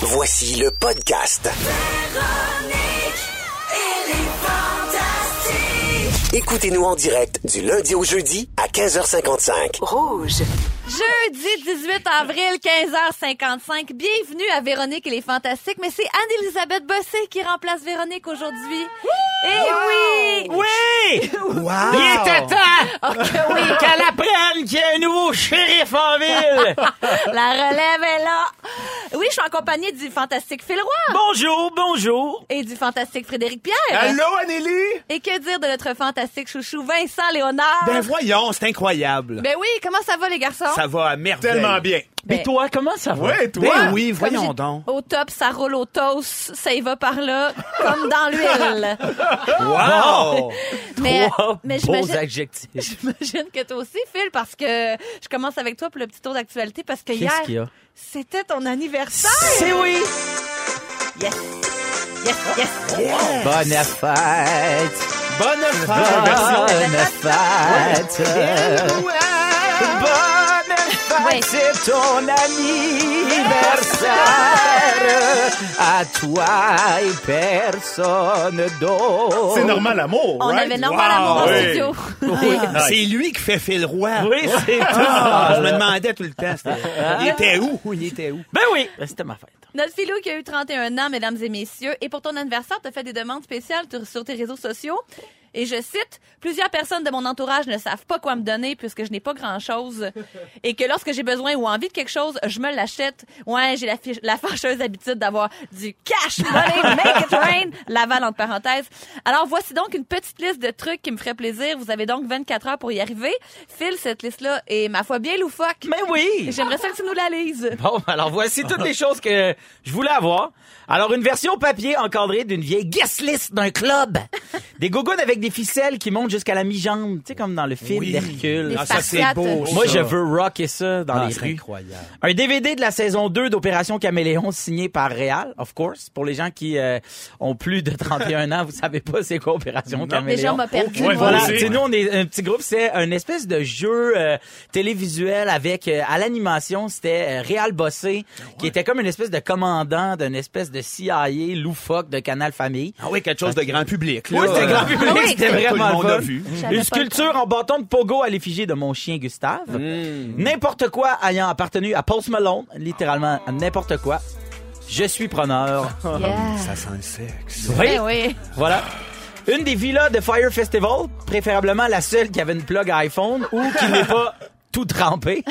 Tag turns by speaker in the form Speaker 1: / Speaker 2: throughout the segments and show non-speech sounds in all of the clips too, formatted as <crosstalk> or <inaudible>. Speaker 1: Voici le podcast. Écoutez-nous en direct du lundi au jeudi à 15h55.
Speaker 2: Rouge.
Speaker 3: Jeudi 18 avril, 15h55. Bienvenue à Véronique et les Fantastiques, mais c'est Anne-Elisabeth Bossé qui remplace Véronique aujourd'hui. Eh oui! <laughs>
Speaker 4: Oui! Il était temps <laughs> qu'elle apprenne qu'il y a un nouveau shérif
Speaker 3: <laughs>
Speaker 4: en ville!
Speaker 3: La relève est là! Oui, je suis en compagnie du fantastique Phil Roy
Speaker 4: bonjour, bonjour!
Speaker 3: et du fantastique Frédéric Pierre.
Speaker 5: Allô, Anélie?
Speaker 3: Et que dire de notre fantastique chouchou Vincent Léonard?
Speaker 5: Ben voyons, c'est incroyable.
Speaker 3: Ben oui, comment ça va les garçons?
Speaker 4: Ça va à merveille.
Speaker 5: Tellement bien.
Speaker 4: Mais
Speaker 3: Ben-
Speaker 4: toi, comment ça va?
Speaker 5: Ouais, toi?
Speaker 4: Ben oui,
Speaker 3: Comme
Speaker 4: voyons
Speaker 3: j'ai-
Speaker 4: donc.
Speaker 3: Au top, ça roule au toast, ça y va par là, comme dans
Speaker 4: <laughs>
Speaker 3: l'huile.
Speaker 4: Wow!
Speaker 3: Ah! mais
Speaker 4: Trois
Speaker 3: mais
Speaker 4: beaux
Speaker 3: j'imagine
Speaker 4: adjectifs.
Speaker 3: <laughs> J'imagine que toi aussi, Phil, parce que je commence avec toi pour le petit tour d'actualité, parce que
Speaker 4: Qu'est-ce qu'il y
Speaker 3: hier,
Speaker 4: a?
Speaker 3: c'était ton anniversaire.
Speaker 4: C'est oui!
Speaker 3: Yes, yes.
Speaker 4: Bonne fête!
Speaker 5: Bonne
Speaker 4: Bonne
Speaker 5: fête.
Speaker 4: fête! Bonne
Speaker 3: Ouais.
Speaker 4: fête, c'est ton anniversaire! À toi et personne d'autre!
Speaker 6: oh.
Speaker 5: C'est normal amour,
Speaker 3: On
Speaker 5: right?
Speaker 3: avait normalement
Speaker 5: Wow.
Speaker 3: l'amour
Speaker 5: Oui.
Speaker 3: en studio.
Speaker 5: C'est lui qui fait Phil Roy.
Speaker 4: Oui, c'est tout.
Speaker 5: Ah, je me demandais tout le temps. c'était- Il était où? Il était où?
Speaker 4: Ben oui, ben, c'était ma fête.
Speaker 3: Notre Philou qui a eu 31 ans, mesdames et messieurs, et pour ton anniversaire, t'as fait des demandes spéciales sur- sur tes réseaux sociaux. Et je cite, plusieurs personnes de mon entourage ne savent pas quoi me donner puisque je n'ai pas grand
Speaker 5: <laughs>
Speaker 3: chose. Et que lorsque j'ai besoin ou envie de quelque chose, je me l'achète. Ouais, j'ai la, fi- la fâcheuse habitude d'avoir du cash
Speaker 5: <laughs>
Speaker 3: money, make it rain, Laval entre parenthèses. Alors voici donc une petite liste de trucs qui me ferait plaisir. Vous avez donc 24 heures pour y arriver. Phil, cette liste-là est ma foi bien loufoque.
Speaker 4: Ben oui.
Speaker 3: J'aimerais ça que tu nous la lises.
Speaker 4: <laughs> Bon, ben, alors voici toutes les choses que je voulais avoir. Alors, une version papier encadrée d'une vieille guest list d'un club. Des gogoons avec des ficelles qui montent jusqu'à la mi-jambe, tu sais, comme dans le film
Speaker 5: Oui.
Speaker 4: d'Hercule.
Speaker 3: Des
Speaker 5: Ah, ça, c'est
Speaker 3: spartiates.
Speaker 5: beau.
Speaker 4: Moi,
Speaker 5: ça.
Speaker 4: je veux rocker ça dans
Speaker 5: Ah,
Speaker 4: les
Speaker 5: c'est
Speaker 4: rues.
Speaker 5: incroyable.
Speaker 4: Un DVD de la saison 2 d'Opération Caméléon signé par Réal, of course. Pour les gens qui euh, ont plus de <laughs> 31 ans, vous savez pas c'est quoi Opération
Speaker 3: Mais
Speaker 4: Caméléon.
Speaker 3: on m'a perdu.
Speaker 5: Ouais,
Speaker 3: moi.
Speaker 4: Voilà,
Speaker 5: Vas-y.
Speaker 4: tu sais, nous on est un petit groupe, c'est un espèce de jeu euh, télévisuel avec euh, à l'animation, c'était euh, Réal Bossé qui était comme une espèce de commandant d'une espèce de CIA loufoque de Canal Famille. Euh,
Speaker 5: Ah oui, quelque chose de grand public. là. Euh,
Speaker 4: <laughs> Oui, c'était grand public,
Speaker 3: Ah oui,
Speaker 4: c'était
Speaker 3: c'était-
Speaker 4: vraiment
Speaker 5: Tout le monde
Speaker 4: fun.
Speaker 5: a vu.
Speaker 3: J'avais
Speaker 4: Une
Speaker 3: pas le
Speaker 4: sculpture en bâton de pogo à l'effigie de mon chien Gustave. N'importe quoi ayant appartenu à Post Malone, littéralement n'importe quoi. Je suis preneur.
Speaker 3: temps. Yeah.
Speaker 5: Ça sent le sexe.
Speaker 4: Oui,
Speaker 3: Eh oui.
Speaker 4: voilà. Une des villas de Fire Festival, préférablement la seule qui avait une plug iPhone ou qui
Speaker 3: <laughs>
Speaker 4: n'est pas tout trempée.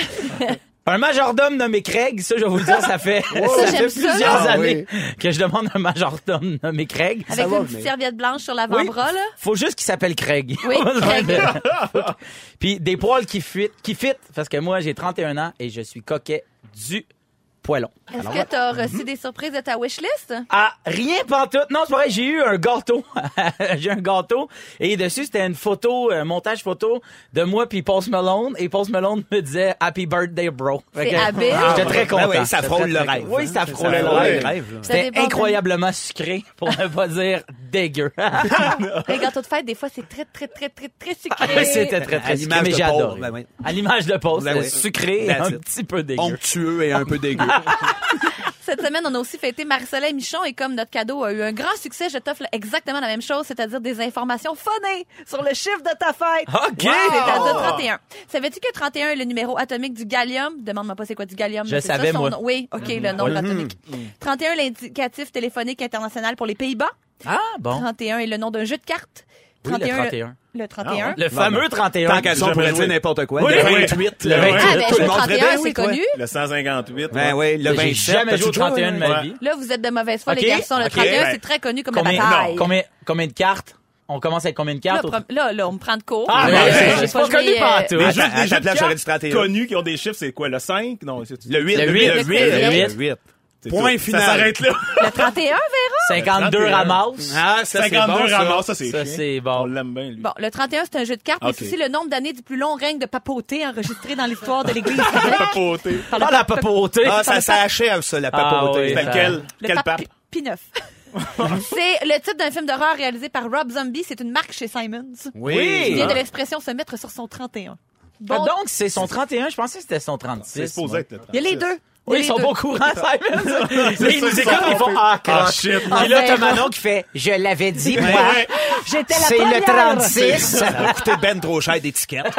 Speaker 4: Un majordome nommé Craig, ça je vais vous le dire,
Speaker 3: <laughs>
Speaker 4: ça fait, ça
Speaker 3: Ça,
Speaker 4: fait
Speaker 3: j'aime ça, Ah
Speaker 4: plusieurs
Speaker 5: là.
Speaker 4: années que je demande un majordome nommé Craig.
Speaker 3: Avec
Speaker 5: va,
Speaker 3: une petite
Speaker 5: mais-
Speaker 3: serviette blanche sur
Speaker 4: Oui.
Speaker 3: l'avant-bras, là.
Speaker 4: Faut juste qu'il s'appelle Craig. <laughs>
Speaker 3: Oui, Craig.
Speaker 4: Puis des poils qui fuitent, qui fit, parce que moi j'ai 31 ans et je suis coquet du poilon.
Speaker 3: Est-ce que tu as
Speaker 4: Mhm.
Speaker 3: reçu des surprises de ta wishlist?
Speaker 4: Ah, rien pantoute. Non, c'est vrai, j'ai eu un gâteau. <laughs> j'ai un gâteau. Et dessus, c'était une photo, un montage photo de moi puis Post Malone. Et Post Malone me disait Happy Birthday, bro. Fait
Speaker 3: C'est
Speaker 4: que
Speaker 3: habile.
Speaker 4: J'étais très
Speaker 5: Ben
Speaker 4: content.
Speaker 5: oui, ça
Speaker 4: J'étais
Speaker 5: frôle
Speaker 4: très,
Speaker 5: le
Speaker 4: très
Speaker 5: rêve,
Speaker 4: content. Oui,
Speaker 5: hein.
Speaker 4: ça
Speaker 5: Ça
Speaker 4: frôle le
Speaker 5: frôle
Speaker 4: rêve.
Speaker 5: le rêve, là.
Speaker 3: Ça
Speaker 4: C'était
Speaker 3: dépend
Speaker 4: incroyablement sucré, pour ne pas dire
Speaker 5: <laughs>
Speaker 4: dégueu.
Speaker 3: Les gâteaux de fête, des fois, c'est très, très, très, très, très sucré.
Speaker 4: Ah. C'était très,
Speaker 5: À
Speaker 4: très sucré,
Speaker 5: l'image
Speaker 4: mais
Speaker 5: de
Speaker 4: j'ai
Speaker 5: Paul,
Speaker 4: adoré.
Speaker 5: ben oui.
Speaker 4: À l'image de Paul,
Speaker 5: Ben
Speaker 4: c'était
Speaker 5: oui.
Speaker 4: sucré et
Speaker 5: That's
Speaker 4: un
Speaker 5: it.
Speaker 4: petit peu dégueu.
Speaker 5: Onctueux et un peu <laughs> dégueu.
Speaker 3: Cette semaine, on a aussi fêté Marcela Michon et comme notre cadeau a eu un grand succès, je t'offre exactement la même chose, c'est-à-dire des informations phonées sur le chiffre de ta fête.
Speaker 4: OK! Oh.
Speaker 3: C'est-à-dire 31. Savais-tu que 31 est le numéro atomique du gallium? Demande-moi pas c'est quoi du gallium.
Speaker 4: Je
Speaker 3: mais c'est
Speaker 4: savais,
Speaker 3: son
Speaker 4: moi. Mhm.
Speaker 3: nom. Oui, OK, le nombre atomique. 31 l'indicatif téléphonique international pour les Pays-Bas.
Speaker 4: Ah, bon.
Speaker 3: 31 est le nom d'un jeu de cartes.
Speaker 4: Oui, le 31.
Speaker 3: Le 31.
Speaker 4: Le fameux 31.
Speaker 5: ben, Tant qu'à ça, on pourrait dire n'importe quoi.
Speaker 4: Oui,
Speaker 5: le
Speaker 4: oui.
Speaker 5: 28.
Speaker 4: Le
Speaker 5: là.
Speaker 4: 28.
Speaker 3: Ah, ben,
Speaker 5: Tout
Speaker 3: le
Speaker 5: le monde
Speaker 3: 31,
Speaker 5: ferait, ben
Speaker 3: c'est
Speaker 5: oui, toi.
Speaker 3: connu.
Speaker 6: Le 158.
Speaker 5: Ben oui, le 27.
Speaker 4: J'ai jamais joué au
Speaker 5: t'as-tu joué?
Speaker 4: 31 de ma
Speaker 6: Ouais.
Speaker 4: vie.
Speaker 3: Là, vous êtes de mauvaise foi,
Speaker 4: Ok,
Speaker 3: les garçons. Le
Speaker 4: ok.
Speaker 3: 31,
Speaker 6: Ben,
Speaker 3: c'est très connu comme la
Speaker 4: Combien,
Speaker 3: bataille.
Speaker 4: combien, combien de cartes? On commence avec combien de
Speaker 3: Là,
Speaker 4: cartes?
Speaker 3: pro- là, là, on me prend de court.
Speaker 4: Ah,
Speaker 3: Euh,
Speaker 4: ben,
Speaker 3: j'ai
Speaker 4: c'est pas
Speaker 3: joué,
Speaker 4: connu
Speaker 3: euh,
Speaker 4: par tout.
Speaker 6: Les
Speaker 5: À
Speaker 6: jeux,
Speaker 5: ta- à
Speaker 6: les jeux
Speaker 5: ta
Speaker 6: de
Speaker 5: place, j'aurais
Speaker 6: cartes
Speaker 5: dit stratégie.
Speaker 6: connus qui ont des chiffres, c'est quoi? Le 5? Non, c'est
Speaker 5: Le 8.
Speaker 4: Le huit, le huit.
Speaker 5: Le 8.
Speaker 6: c'est
Speaker 5: Point
Speaker 6: ça.
Speaker 5: final.
Speaker 6: Ça s'arrête là.
Speaker 3: Le 31, Véro?
Speaker 4: 52
Speaker 6: 31.
Speaker 4: ramasses.
Speaker 5: Ah, ça, c'est
Speaker 6: 52
Speaker 5: bon, ça.
Speaker 6: ramasses, ça c'est
Speaker 4: Ça,
Speaker 6: chiant.
Speaker 4: c'est
Speaker 6: On
Speaker 4: bon.
Speaker 6: l'aime bien, lui.
Speaker 3: Bon, le 31, c'est un jeu de cartes,
Speaker 6: Ok.
Speaker 3: mais c'est aussi le nombre d'années du plus long règne de papauté enregistré dans l'histoire de
Speaker 4: <laughs>
Speaker 3: l'Église. catholique.
Speaker 6: Papoté.
Speaker 3: Par le
Speaker 4: Ah, la papauté!
Speaker 5: Ah, ça s'achève, ça, la papauté.
Speaker 4: Ah,
Speaker 6: C'était
Speaker 4: oui.
Speaker 6: lequel?
Speaker 3: Le
Speaker 6: Quel
Speaker 3: pape,
Speaker 6: pape?
Speaker 3: Pi- Pie IX. c'est le titre d'un film d'horreur réalisé par Rob Zombie. C'est une marque chez Simons. Il
Speaker 4: Oui!
Speaker 3: vient de l'expression se mettre sur son 31.
Speaker 4: Ah,
Speaker 3: Bon,
Speaker 4: Donc, c'est son 31. Je pensais que c'était son 36.
Speaker 6: C'est supposé être le
Speaker 3: il y a les deux.
Speaker 4: Oui,
Speaker 3: les
Speaker 4: ils sont
Speaker 3: deux.
Speaker 4: pas au courant, Simon.
Speaker 6: C'est
Speaker 4: ils
Speaker 6: ça,
Speaker 4: nous
Speaker 6: ils sont
Speaker 4: écoutent, ils font
Speaker 6: trompés.
Speaker 4: Ah,
Speaker 6: Ah,
Speaker 4: croche.
Speaker 6: shit.
Speaker 4: Puis là,
Speaker 3: Ah, ben,
Speaker 4: t'as Manon qui fait Je l'avais dit,
Speaker 6: Ouais,
Speaker 4: moi.
Speaker 6: ouais.
Speaker 3: J'étais la
Speaker 4: C'est le
Speaker 3: première.
Speaker 4: 36.
Speaker 5: Ah, Ça va coûter ben trop cher d'étiquette.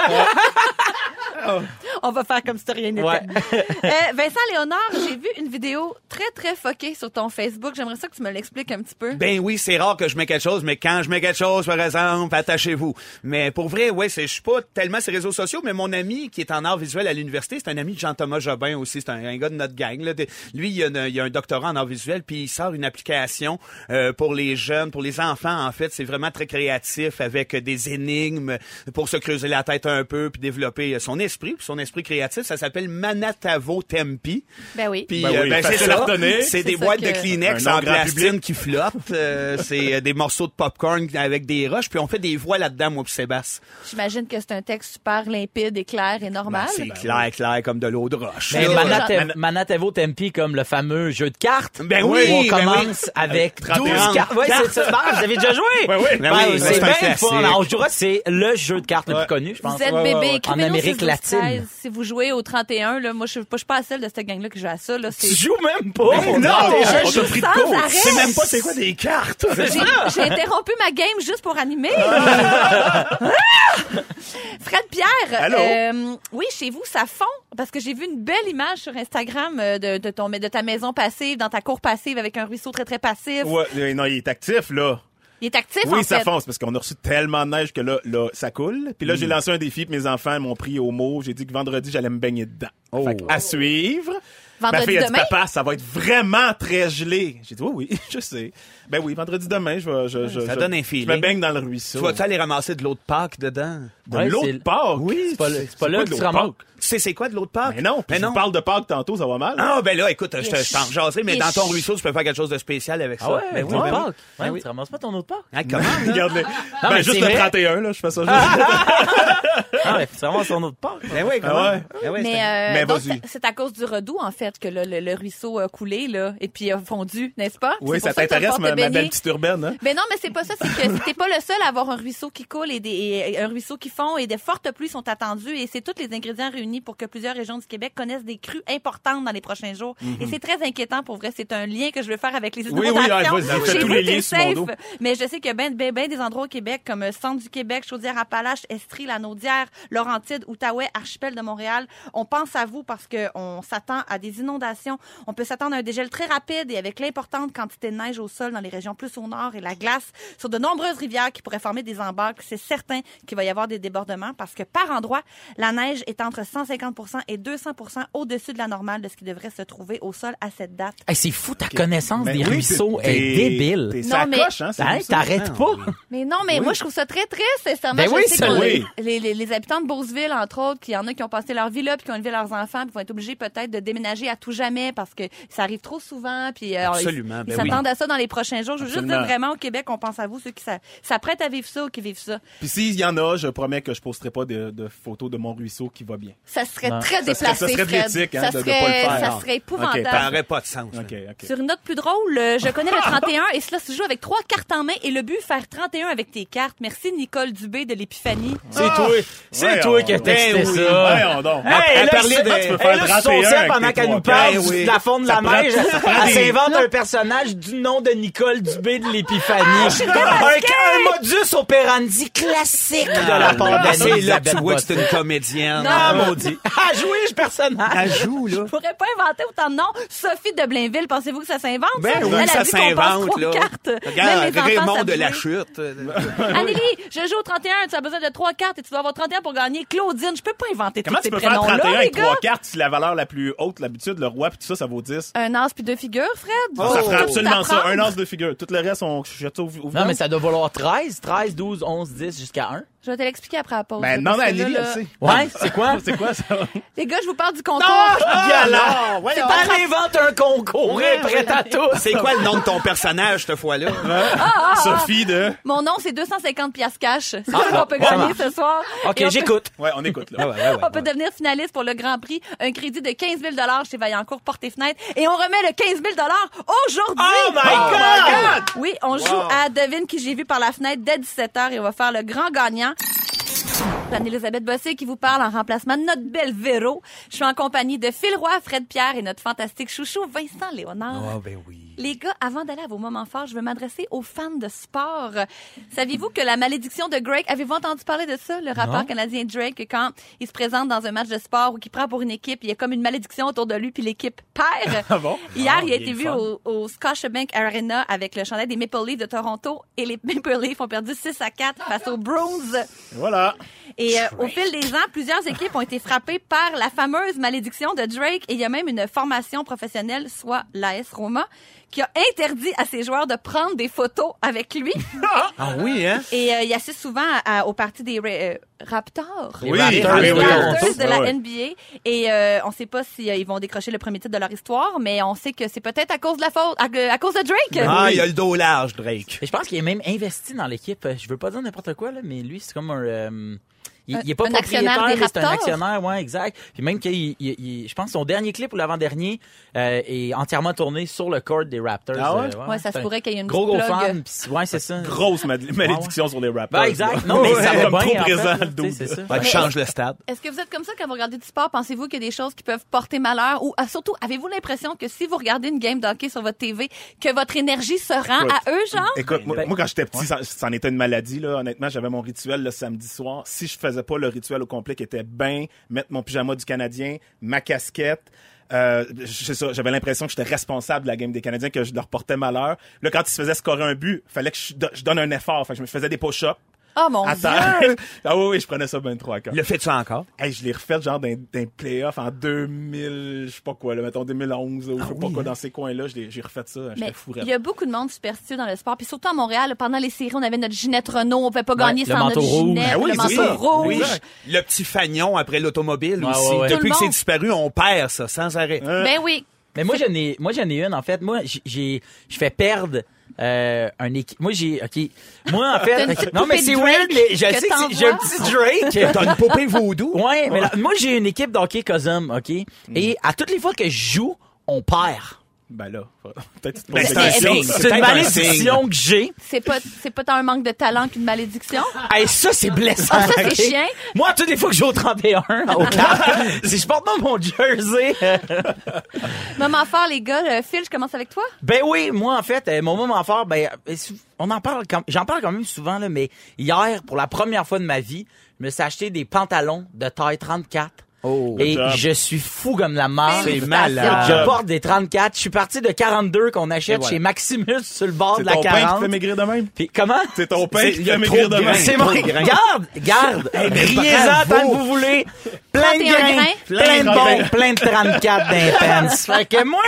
Speaker 3: <laughs> On va faire comme si rien n'était.
Speaker 4: Ouais.
Speaker 3: <laughs> Euh, Vincent Léonard, j'ai vu une vidéo très, très foquée sur ton Facebook. J'aimerais ça que tu me l'expliques un petit peu.
Speaker 5: Ben oui, c'est rare que je mets quelque chose, mais quand je mets quelque chose, par exemple, attachez-vous. Mais pour vrai, ouais, c'est, je suis pas tellement sur les réseaux sociaux, mais mon ami qui est en art visuel à l'université, c'est un ami de Jean-Thomas Jobin aussi, c'est un, un gars de notre gang. Là. De- Lui, il a, une- il a un doctorat en art visuel, puis il sort une application euh, pour les jeunes, pour les enfants, en fait. C'est vraiment très créatif avec euh, des énigmes pour se creuser la tête un peu, puis développer euh, son esprit, puis son esprit créatif. Ça s'appelle Manatavo Tempi.
Speaker 3: Ben oui.
Speaker 5: Puis,
Speaker 6: Ben oui,
Speaker 5: euh, ben, c'est
Speaker 6: facile à
Speaker 5: ça.
Speaker 6: retenir.
Speaker 5: C'est des
Speaker 3: C'est ça
Speaker 5: boîtes
Speaker 3: que-
Speaker 5: de Kleenex
Speaker 6: Un nom
Speaker 5: en
Speaker 6: grand
Speaker 5: plastine
Speaker 6: public.
Speaker 5: qui flottent. euh, c'est euh, des morceaux de popcorn avec des roches. Puis on fait des voix là-dedans, moi puis Sébastien.
Speaker 3: J'imagine que c'est un texte super limpide et clair et normal.
Speaker 5: Ben, c'est clair, clair comme de l'eau de roche.
Speaker 4: Mais
Speaker 5: Là,
Speaker 4: Manate-
Speaker 3: ouais.
Speaker 4: Manate- Manatevo Tempi, comme le fameux jeu de cartes.
Speaker 5: Ben
Speaker 4: où
Speaker 5: oui, ben oui.
Speaker 4: On commence avec
Speaker 5: 30,
Speaker 4: 12 cartes. Oui, c'est ça. Ben, Vous avez déjà joué.
Speaker 6: Ben oui.
Speaker 5: Ben
Speaker 4: c'est
Speaker 5: oui, c'est un
Speaker 4: bien le
Speaker 5: classique.
Speaker 4: fun. Alors, on jouera, c'est le jeu de cartes le plus
Speaker 6: Ouais.
Speaker 4: connu, je pense.
Speaker 3: Vous êtes
Speaker 6: Ouais, ouais, ouais.
Speaker 3: bébé,
Speaker 6: En
Speaker 3: écrivez-nous
Speaker 4: Amérique
Speaker 3: au 16-12-13
Speaker 4: latine.
Speaker 3: Si vous jouez au 31, là, moi, je ne suis pas la seule de cette gang-là qui joue à ça. Là, c'est-
Speaker 4: Tu joues même pas.
Speaker 6: Ben non,
Speaker 3: je
Speaker 6: on
Speaker 3: joue
Speaker 6: t'a pris de
Speaker 3: sans
Speaker 6: court.
Speaker 3: arrêt.
Speaker 6: Tu sais même pas c'est quoi des cartes.
Speaker 3: J'ai j'ai interrompu ma game juste pour animer. Ah! Fred Pierre,
Speaker 6: Allô?
Speaker 3: euh, oui, chez vous, ça fond parce que j'ai vu une belle image sur Instagram euh, de, de ton, de ta maison passive, dans ta cour passive avec un ruisseau très, très passif.
Speaker 6: Ouais, euh, non, il est actif, là.
Speaker 3: Il est actif, en
Speaker 6: Oui, ça
Speaker 3: fait.
Speaker 6: fonce, parce qu'on a reçu tellement de neige que là, là ça coule. Puis là,
Speaker 4: Hmm.
Speaker 6: j'ai lancé un défi, puis mes enfants m'ont pris au mot. J'ai dit que vendredi, j'allais me baigner dedans.
Speaker 4: Oh.
Speaker 6: Fait que, à suivre.
Speaker 3: Vendredi
Speaker 6: Ma fille a dit,
Speaker 3: demain?
Speaker 6: papa, ça va être vraiment très gelé. J'ai dit, oui, <laughs> oui, je sais. Ben oui, vendredi demain, je vais... Je, je,
Speaker 5: Ça
Speaker 6: je-
Speaker 5: donne un
Speaker 6: Je
Speaker 5: feeling.
Speaker 6: me baigne dans le ruisseau.
Speaker 5: Tu vas-tu aller ramasser de l'eau de Pâques dedans?
Speaker 6: de
Speaker 4: Ouais, c'est-
Speaker 6: l'autre part.
Speaker 4: Oui, c'est pas le- c'est pas là que tu ramasses.
Speaker 5: Tu sais, c'est quoi de l'eau de Pâques? Ben
Speaker 6: Mais Ben non, puis je vous parle de Pâques tantôt, ça va mal. hein?
Speaker 5: Ah, ben là, écoute, je te- je t'en
Speaker 3: Ish.
Speaker 5: jaserai, mais dans ton
Speaker 3: Ish.
Speaker 5: ruisseau, tu peux faire quelque chose de spécial avec ça.
Speaker 4: Ah ouais,
Speaker 5: Ben
Speaker 4: mais
Speaker 5: oui,
Speaker 4: oui,
Speaker 5: ben oui.
Speaker 4: Pâques. Ouais, Tu ramasses pas ton autre Pâques.
Speaker 5: Hein, comment?
Speaker 6: Regarde les... ben,
Speaker 4: Ah! mais
Speaker 6: juste
Speaker 4: c'est
Speaker 6: le
Speaker 4: vrai.
Speaker 6: 31, là, je fais ça juste.
Speaker 4: <laughs> Ah ouais, tu ramasses ton autre Pâques.
Speaker 5: Ben oui, comment?
Speaker 6: Ah ouais.
Speaker 5: Ben oui,
Speaker 3: Mais,
Speaker 5: c'est-
Speaker 3: euh,
Speaker 6: Mais
Speaker 3: donc,
Speaker 6: vas-y.
Speaker 3: c'est- c'est à cause du redout, en fait, que le, le- le ruisseau a coulé là, et puis a fondu, n'est-ce pas?
Speaker 6: oui,
Speaker 3: C'est pour
Speaker 6: ça
Speaker 3: que t'as
Speaker 6: t'intéresse,
Speaker 3: fort
Speaker 6: ma, ma
Speaker 3: te baigner.
Speaker 6: belle petite urbaine, <laughs> hein?
Speaker 3: Ben non, mais c'est pas ça. C'est que t'es pas le seul à avoir un ruisseau qui coule et, des, et un ruisseau qui fond et des fortes pluies sont attendues. Et c'est tous les ingrédients réunis pour que plusieurs régions du Québec connaissent des crues importantes dans les prochains jours. Et c'est très inquiétant pour vrai. C'est un lien que je veux faire avec les
Speaker 6: Mhm. oui,
Speaker 3: inondations.
Speaker 6: ouais, vas-y, fais
Speaker 3: Chez
Speaker 6: tous
Speaker 3: vous,
Speaker 6: les
Speaker 3: t'es
Speaker 6: liens sur mon
Speaker 3: safe.
Speaker 6: dos.
Speaker 3: Mais je sais qu'il y a ben, ben, ben des endroits au Québec comme euh, Centre du Québec, Chaudière-Appalaches, Estrie, La Naudière, Laurentide, Outaouais, Archipel de Montréal. On pense à vous parce qu'on s'attend à des inondations. On peut s'attendre à un dégel très rapide et avec l'importante quantité de neige au sol dans les régions plus au nord et la glace sur de nombreuses rivières qui pourraient former des embarques. C'est certain qu'il va y avoir des débordements parce que par endroit, la neige est entre 150 et 200 au-dessus de la normale de ce qui devrait se trouver au sol à cette date.
Speaker 4: Hey, c'est fou, ta connaissance
Speaker 6: Ben
Speaker 4: des
Speaker 6: oui,
Speaker 4: ruisseaux
Speaker 6: t'es-
Speaker 4: est
Speaker 6: t'es-
Speaker 4: débile.
Speaker 6: T'es
Speaker 3: Non, mais-
Speaker 6: sacoche, hein? c'est
Speaker 4: Hein,
Speaker 6: comme ça.
Speaker 4: T'arrêtes pas.
Speaker 3: Mais non, mais moi, je trouve ça très triste, sincèrement.
Speaker 4: Ben
Speaker 3: Je
Speaker 4: oui,
Speaker 3: sais
Speaker 4: ça,
Speaker 3: qu'on-
Speaker 6: oui.
Speaker 3: Les, les- les habitants de Beauceville, entre autres, qu'il y en a qui ont passé leur vie là, puis qui ont élevé leurs enfants, puis vont être obligés peut-être de déménager à tout jamais parce que ça arrive trop souvent, puis euh,
Speaker 5: Absolument,
Speaker 3: ils ils
Speaker 5: ben oui.
Speaker 3: s'attendent à ça dans les prochains jours. Je veux juste
Speaker 6: Absolument.
Speaker 3: dire vraiment au Québec, on pense à vous, ceux qui s'a- s'apprêtent à vivre ça ou qui vivent ça.
Speaker 6: Hein? Puis s'il y en a, je promets que je posterai pas de, de photos de mon ruisseau qui va bien.
Speaker 3: Ça serait
Speaker 4: Non.
Speaker 3: très
Speaker 6: Ça serait-
Speaker 3: déplacé,
Speaker 6: ça serait de
Speaker 3: Fred.
Speaker 6: l'éthique, hein,
Speaker 3: ça,
Speaker 6: de- de
Speaker 3: serait,
Speaker 6: pas le faire,
Speaker 3: ça
Speaker 6: non.
Speaker 3: serait
Speaker 5: OK,
Speaker 3: épouvantable.
Speaker 5: ça aurait pas de sens. là.
Speaker 6: OK, OK.
Speaker 3: Sur une note plus drôle, euh, je connais le 31 et cela se joue avec trois cartes en main et le but, faire 31 avec tes cartes. Merci Nicole Dubé de l'Épiphanie.
Speaker 4: C'est toi, c'est
Speaker 6: Ouais,
Speaker 4: toi
Speaker 6: on-
Speaker 4: qui as texté
Speaker 5: Ben oui.
Speaker 4: ça.
Speaker 6: Voyons donc.
Speaker 4: Hey,
Speaker 5: Elle
Speaker 4: là,
Speaker 5: parlait
Speaker 4: c'est-
Speaker 5: de-
Speaker 4: hey,
Speaker 5: tu peux
Speaker 6: faire
Speaker 4: là, son
Speaker 6: 31
Speaker 4: set,
Speaker 6: avec
Speaker 4: pendant
Speaker 6: tes
Speaker 4: qu'elle
Speaker 6: trois
Speaker 4: nous parle
Speaker 5: cartes.
Speaker 4: du- de la fonte de la
Speaker 6: Ça prend-
Speaker 4: neige,
Speaker 6: ça prend
Speaker 4: elle
Speaker 6: des-
Speaker 4: s'invente un personnage du nom de Nicole Dubé de l'Épiphanie. un, un modus operandi classique de la part
Speaker 5: Ben,
Speaker 4: d'Anne
Speaker 5: c'est là que tu
Speaker 4: Elisabeth
Speaker 5: vois que c'est
Speaker 4: Bossé.
Speaker 5: une comédienne.
Speaker 4: Ah, <laughs> maudit. Ah, jouer ce personnage.
Speaker 5: Elle joue, là.
Speaker 3: Je pourrais pas inventer autant de noms. Sophie de Blainville, pensez-vous que ça s'invente? ça?
Speaker 5: Ben
Speaker 3: Elle a
Speaker 5: oui, ça
Speaker 3: dit qu'on passe
Speaker 5: s'invente,
Speaker 3: trois
Speaker 5: là.
Speaker 3: cartes. Même
Speaker 5: Regarde,
Speaker 3: les enfants
Speaker 5: Raymond
Speaker 3: savent
Speaker 5: de la
Speaker 3: jouer.
Speaker 5: chute.
Speaker 3: <laughs> Anneli, je joue au 31, tu as besoin de trois cartes et tu dois avoir 31 pour gagner. Claudine, je peux pas inventer
Speaker 6: Comment
Speaker 3: tous
Speaker 6: tu
Speaker 3: ces
Speaker 6: peux faire
Speaker 3: prénoms-là,
Speaker 6: 31
Speaker 3: les
Speaker 6: avec
Speaker 3: gars.
Speaker 6: trois cartes si la valeur la plus haute, l'habitude, le roi, puis tout ça, ça vaut 10?
Speaker 3: Un as puis deux figures, Fred?
Speaker 6: ça
Speaker 3: Tout
Speaker 6: prend absolument ça.
Speaker 3: t'apprendre.
Speaker 6: Un as de figure. Tout le reste, on jette ça au, au
Speaker 4: Non,
Speaker 6: vidange.
Speaker 4: mais ça doit valoir 13, 13, 12, 11, 10 jusqu'à 1.
Speaker 3: Je vais te l'expliquer après la pause.
Speaker 6: Ben
Speaker 3: là,
Speaker 6: non,
Speaker 3: parce que
Speaker 6: Anneli,
Speaker 3: là,
Speaker 6: elle
Speaker 3: là-
Speaker 6: sait.
Speaker 4: Ouais, c'est quoi?
Speaker 6: C'est quoi ça? Ah,
Speaker 3: <laughs> Les gars, je vous parle du concours.
Speaker 4: alors,
Speaker 6: ouais,
Speaker 4: elle invente un concours, elle est prête à tout.
Speaker 5: C'est quoi le nom de ton personnage, cette fois-là?
Speaker 6: Sophie de.
Speaker 3: Mon nom, c'est 250 piastres cash. <laughs> C'est ça
Speaker 4: Ah,
Speaker 3: qu'on peut
Speaker 4: bon, ça
Speaker 3: gagner
Speaker 4: marche.
Speaker 3: ce soir. Et
Speaker 4: OK,
Speaker 3: on peut-
Speaker 4: j'écoute.
Speaker 6: Ouais, on écoute là.
Speaker 3: on peut devenir finaliste pour le Grand Prix. Un crédit de 15 000 chez Vaillancourt Porte et Fenêtre. Et on remet le 15 000 aujourd'hui.
Speaker 4: Oh my God!
Speaker 3: Oui, on joue à Devine qui j'ai vu par la fenêtre dès 17h et on va faire le grand gagnant. exemple, Anne-Elisabeth Bossé qui vous parle en remplacement de notre belle Véro. Je suis en compagnie de Phil Roy, Fred Pierre et notre fantastique chouchou Vincent Léonard.
Speaker 5: Ah, ben oui.
Speaker 3: Les gars, avant d'aller à vos moments forts, je veux m'adresser aux fans de sport. Saviez-vous que la malédiction de Drake, avez-vous entendu parler de ça, le rappeur canadien Drake, que quand il se présente dans un match de sport ou qu'il prend pour une équipe, il y a comme une malédiction autour de lui, puis l'équipe perd.
Speaker 5: bon?
Speaker 3: Hier,
Speaker 5: <laughs> Ah,
Speaker 3: il
Speaker 5: il
Speaker 3: a
Speaker 5: est
Speaker 3: été
Speaker 5: le
Speaker 3: vu
Speaker 5: fun.
Speaker 3: au, au Scotiabank Arena avec le chandail des Maple Leafs de Toronto, et les <laughs> Maple Leafs ont perdu 6 à 4 face aux Bruins.
Speaker 6: Voilà.
Speaker 3: Et euh, au fil des ans, plusieurs équipes ont été frappées par la fameuse malédiction de Drake et il y a même une formation professionnelle, soit l'AS Roma, qui a interdit à ses joueurs de prendre des photos avec lui.
Speaker 5: Ah oui, hein?
Speaker 3: et euh, il assiste souvent à- à- au parti des Ra- euh, Raptors.
Speaker 4: Les
Speaker 6: Oui,
Speaker 4: Raptors
Speaker 6: oui,
Speaker 4: de
Speaker 6: oui,
Speaker 4: Toronto.
Speaker 3: Raptors de la
Speaker 6: Ah ouais.
Speaker 3: NBA et euh, on sait pas si euh, ils vont décrocher le premier titre de leur histoire mais on sait que c'est peut-être à cause de la faute à, à cause de Drake.
Speaker 5: Ah, il a le dos large, Drake.
Speaker 4: Et je pense qu'il est même investi dans l'équipe. Euh, Je veux pas dire n'importe quoi, là, mais lui, c'est comme un. euh, il,
Speaker 3: Un-
Speaker 4: il est pas
Speaker 3: un actionnaire
Speaker 4: propriétaire,
Speaker 3: des
Speaker 4: mais c'est un
Speaker 3: Raptors.
Speaker 4: actionnaire, ouais, exact. Puis même qu'il, il- il- je pense que son dernier clip ou l'avant-dernier euh, est entièrement tourné sur le court des Raptors.
Speaker 6: Ah ouais?
Speaker 4: Euh,
Speaker 3: Ouais, ça se
Speaker 4: c'est un
Speaker 3: pourrait qu'il y ait une
Speaker 4: Gros gros
Speaker 3: petite plug.
Speaker 4: fan. puis ouais, c'est ça.
Speaker 6: Grosse ma- malédiction sur les rappeurs.
Speaker 4: Ben,
Speaker 6: <laughs>
Speaker 4: exact. Non, mais ça va
Speaker 6: Comme
Speaker 4: bien,
Speaker 6: trop
Speaker 4: en fait,
Speaker 6: présent,
Speaker 4: là,
Speaker 6: le
Speaker 4: tu sais,
Speaker 6: dude.
Speaker 4: c'est ça.
Speaker 5: Fait
Speaker 3: Mais-
Speaker 5: que change le stade.
Speaker 3: Est-ce que vous êtes comme ça quand vous regardez du sport? Pensez-vous qu'il y a des choses qui peuvent porter malheur? Ou ah, surtout, avez-vous l'impression que si vous regardez une game d'hockey sur votre TV, que votre énergie se rend
Speaker 6: Écoute,
Speaker 3: Hein, à eux, genre?
Speaker 6: Écoute, moi,
Speaker 4: Ben,
Speaker 6: moi, quand j'étais petit, ça, ça en était une maladie, là. Honnêtement, j'avais mon rituel le samedi soir. Si je faisais pas le rituel au complet, qui était bain, mettre mon pyjama du Canadien, ma casquette, euh, c'est ça, j'avais l'impression que j'étais responsable de la game des Canadiens, que je leur portais malheur. Là, quand ils se faisaient scorer un but, fallait que je, do- je donne un effort. Fait que je me faisais des push-ups.
Speaker 3: Oh mon
Speaker 6: à terre.
Speaker 3: dieu!
Speaker 6: ah oui, oui, je prenais ça 23 cœur.
Speaker 5: Le fait de ça encore?
Speaker 6: Hey, je l'ai refait genre d'un d'un playoff en 2000, je sais pas quoi, là, mettons 2011, ou je
Speaker 4: Ah
Speaker 6: sais pas
Speaker 4: hein.
Speaker 6: quoi, dans ces coins-là, <laughs> je l'ai- j'ai refait ça, j'étais
Speaker 3: Mais
Speaker 6: fou raide.
Speaker 3: il y a beaucoup de monde superstitieux dans le sport. Puis surtout à Montréal, pendant les séries, on avait notre Ginette Renault. On pouvait pas
Speaker 4: Ouais,
Speaker 3: gagner
Speaker 4: le
Speaker 3: sans
Speaker 4: manteau
Speaker 3: notre
Speaker 4: rouge.
Speaker 3: Ginette,
Speaker 6: Ben oui,
Speaker 3: le
Speaker 6: c'est
Speaker 3: manteau
Speaker 6: ça.
Speaker 3: rouge.
Speaker 6: Exact.
Speaker 5: Le petit fagnon après l'automobile
Speaker 4: Ouais,
Speaker 5: aussi.
Speaker 4: ouais, ouais.
Speaker 3: Tout le
Speaker 5: Depuis que c'est
Speaker 3: monde.
Speaker 5: disparu, on perd ça, sans arrêt.
Speaker 3: Ben oui.
Speaker 4: Mais moi j'en ai, moi j'en ai une en fait. Moi j'- j'ai, je fais perdre euh, un équipe. Moi j'ai, ok. Moi en
Speaker 3: <laughs>
Speaker 4: fait,
Speaker 3: T'as une petite
Speaker 4: non mais
Speaker 3: poupée
Speaker 4: c'est
Speaker 3: de
Speaker 4: weird,
Speaker 3: Drake
Speaker 4: mais je
Speaker 3: que
Speaker 4: sais que c'est- j'ai un
Speaker 3: t'envoies.
Speaker 4: petit Drake.
Speaker 5: T'as une poupée vaudou.
Speaker 4: Ouais, mais là, moi j'ai une équipe d'hockey Cosum, ok. Et à toutes les fois que je joue, on perd.
Speaker 6: Ben là, <laughs> faut- peut-être tu te
Speaker 5: Ben,
Speaker 6: poses
Speaker 5: c'est
Speaker 6: la
Speaker 5: un
Speaker 6: question.
Speaker 5: signe.
Speaker 4: C'est
Speaker 5: peut-être
Speaker 4: une
Speaker 5: un
Speaker 4: malédiction que j'ai.
Speaker 3: C'est pas, c'est pas tant un manque de talent
Speaker 6: <laughs>
Speaker 3: qu'une malédiction.
Speaker 4: Hey, ça, c'est blessant.
Speaker 3: Ah, ça, c'est
Speaker 4: ok?
Speaker 3: chiant.
Speaker 4: Moi, à toutes les fois que je joue au 31, au cap, <laughs> si je porte pas mon jersey, euh,
Speaker 3: Moment fort, les gars. Euh, Phil, je commence avec toi.
Speaker 4: Ben oui, moi en fait, euh, mon moment fort, ben euh, sou- on en parle, quand- j'en parle quand même souvent là, mais hier pour la première fois de ma vie, je me suis acheté des pantalons de taille 34.
Speaker 5: Oh.
Speaker 4: et
Speaker 6: job.
Speaker 4: je suis fou comme la mort.
Speaker 5: C'est malade.
Speaker 4: Je porte des 34. Je suis parti de 42 qu'on achète
Speaker 5: voilà.
Speaker 4: chez Maximus sur le bord
Speaker 6: C'est
Speaker 4: de la
Speaker 6: ton pain qui te
Speaker 4: 40.
Speaker 6: fait maigrir de même?
Speaker 4: Puis comment?
Speaker 6: C'est ton pain
Speaker 5: c'est-
Speaker 6: qui te
Speaker 5: il y a
Speaker 6: fait
Speaker 5: trop
Speaker 6: maigrir
Speaker 5: de
Speaker 6: de
Speaker 5: grains.
Speaker 6: même?
Speaker 4: C'est
Speaker 5: trop
Speaker 4: moi.
Speaker 5: de grains.
Speaker 4: Garde, garde. Riez-en tant que vous voulez. Plein de
Speaker 3: 31
Speaker 4: grains,
Speaker 3: grains.
Speaker 4: plein de
Speaker 6: Plein de
Speaker 4: bons, plein de 34
Speaker 5: <laughs>
Speaker 4: d'impens. Fait que moi,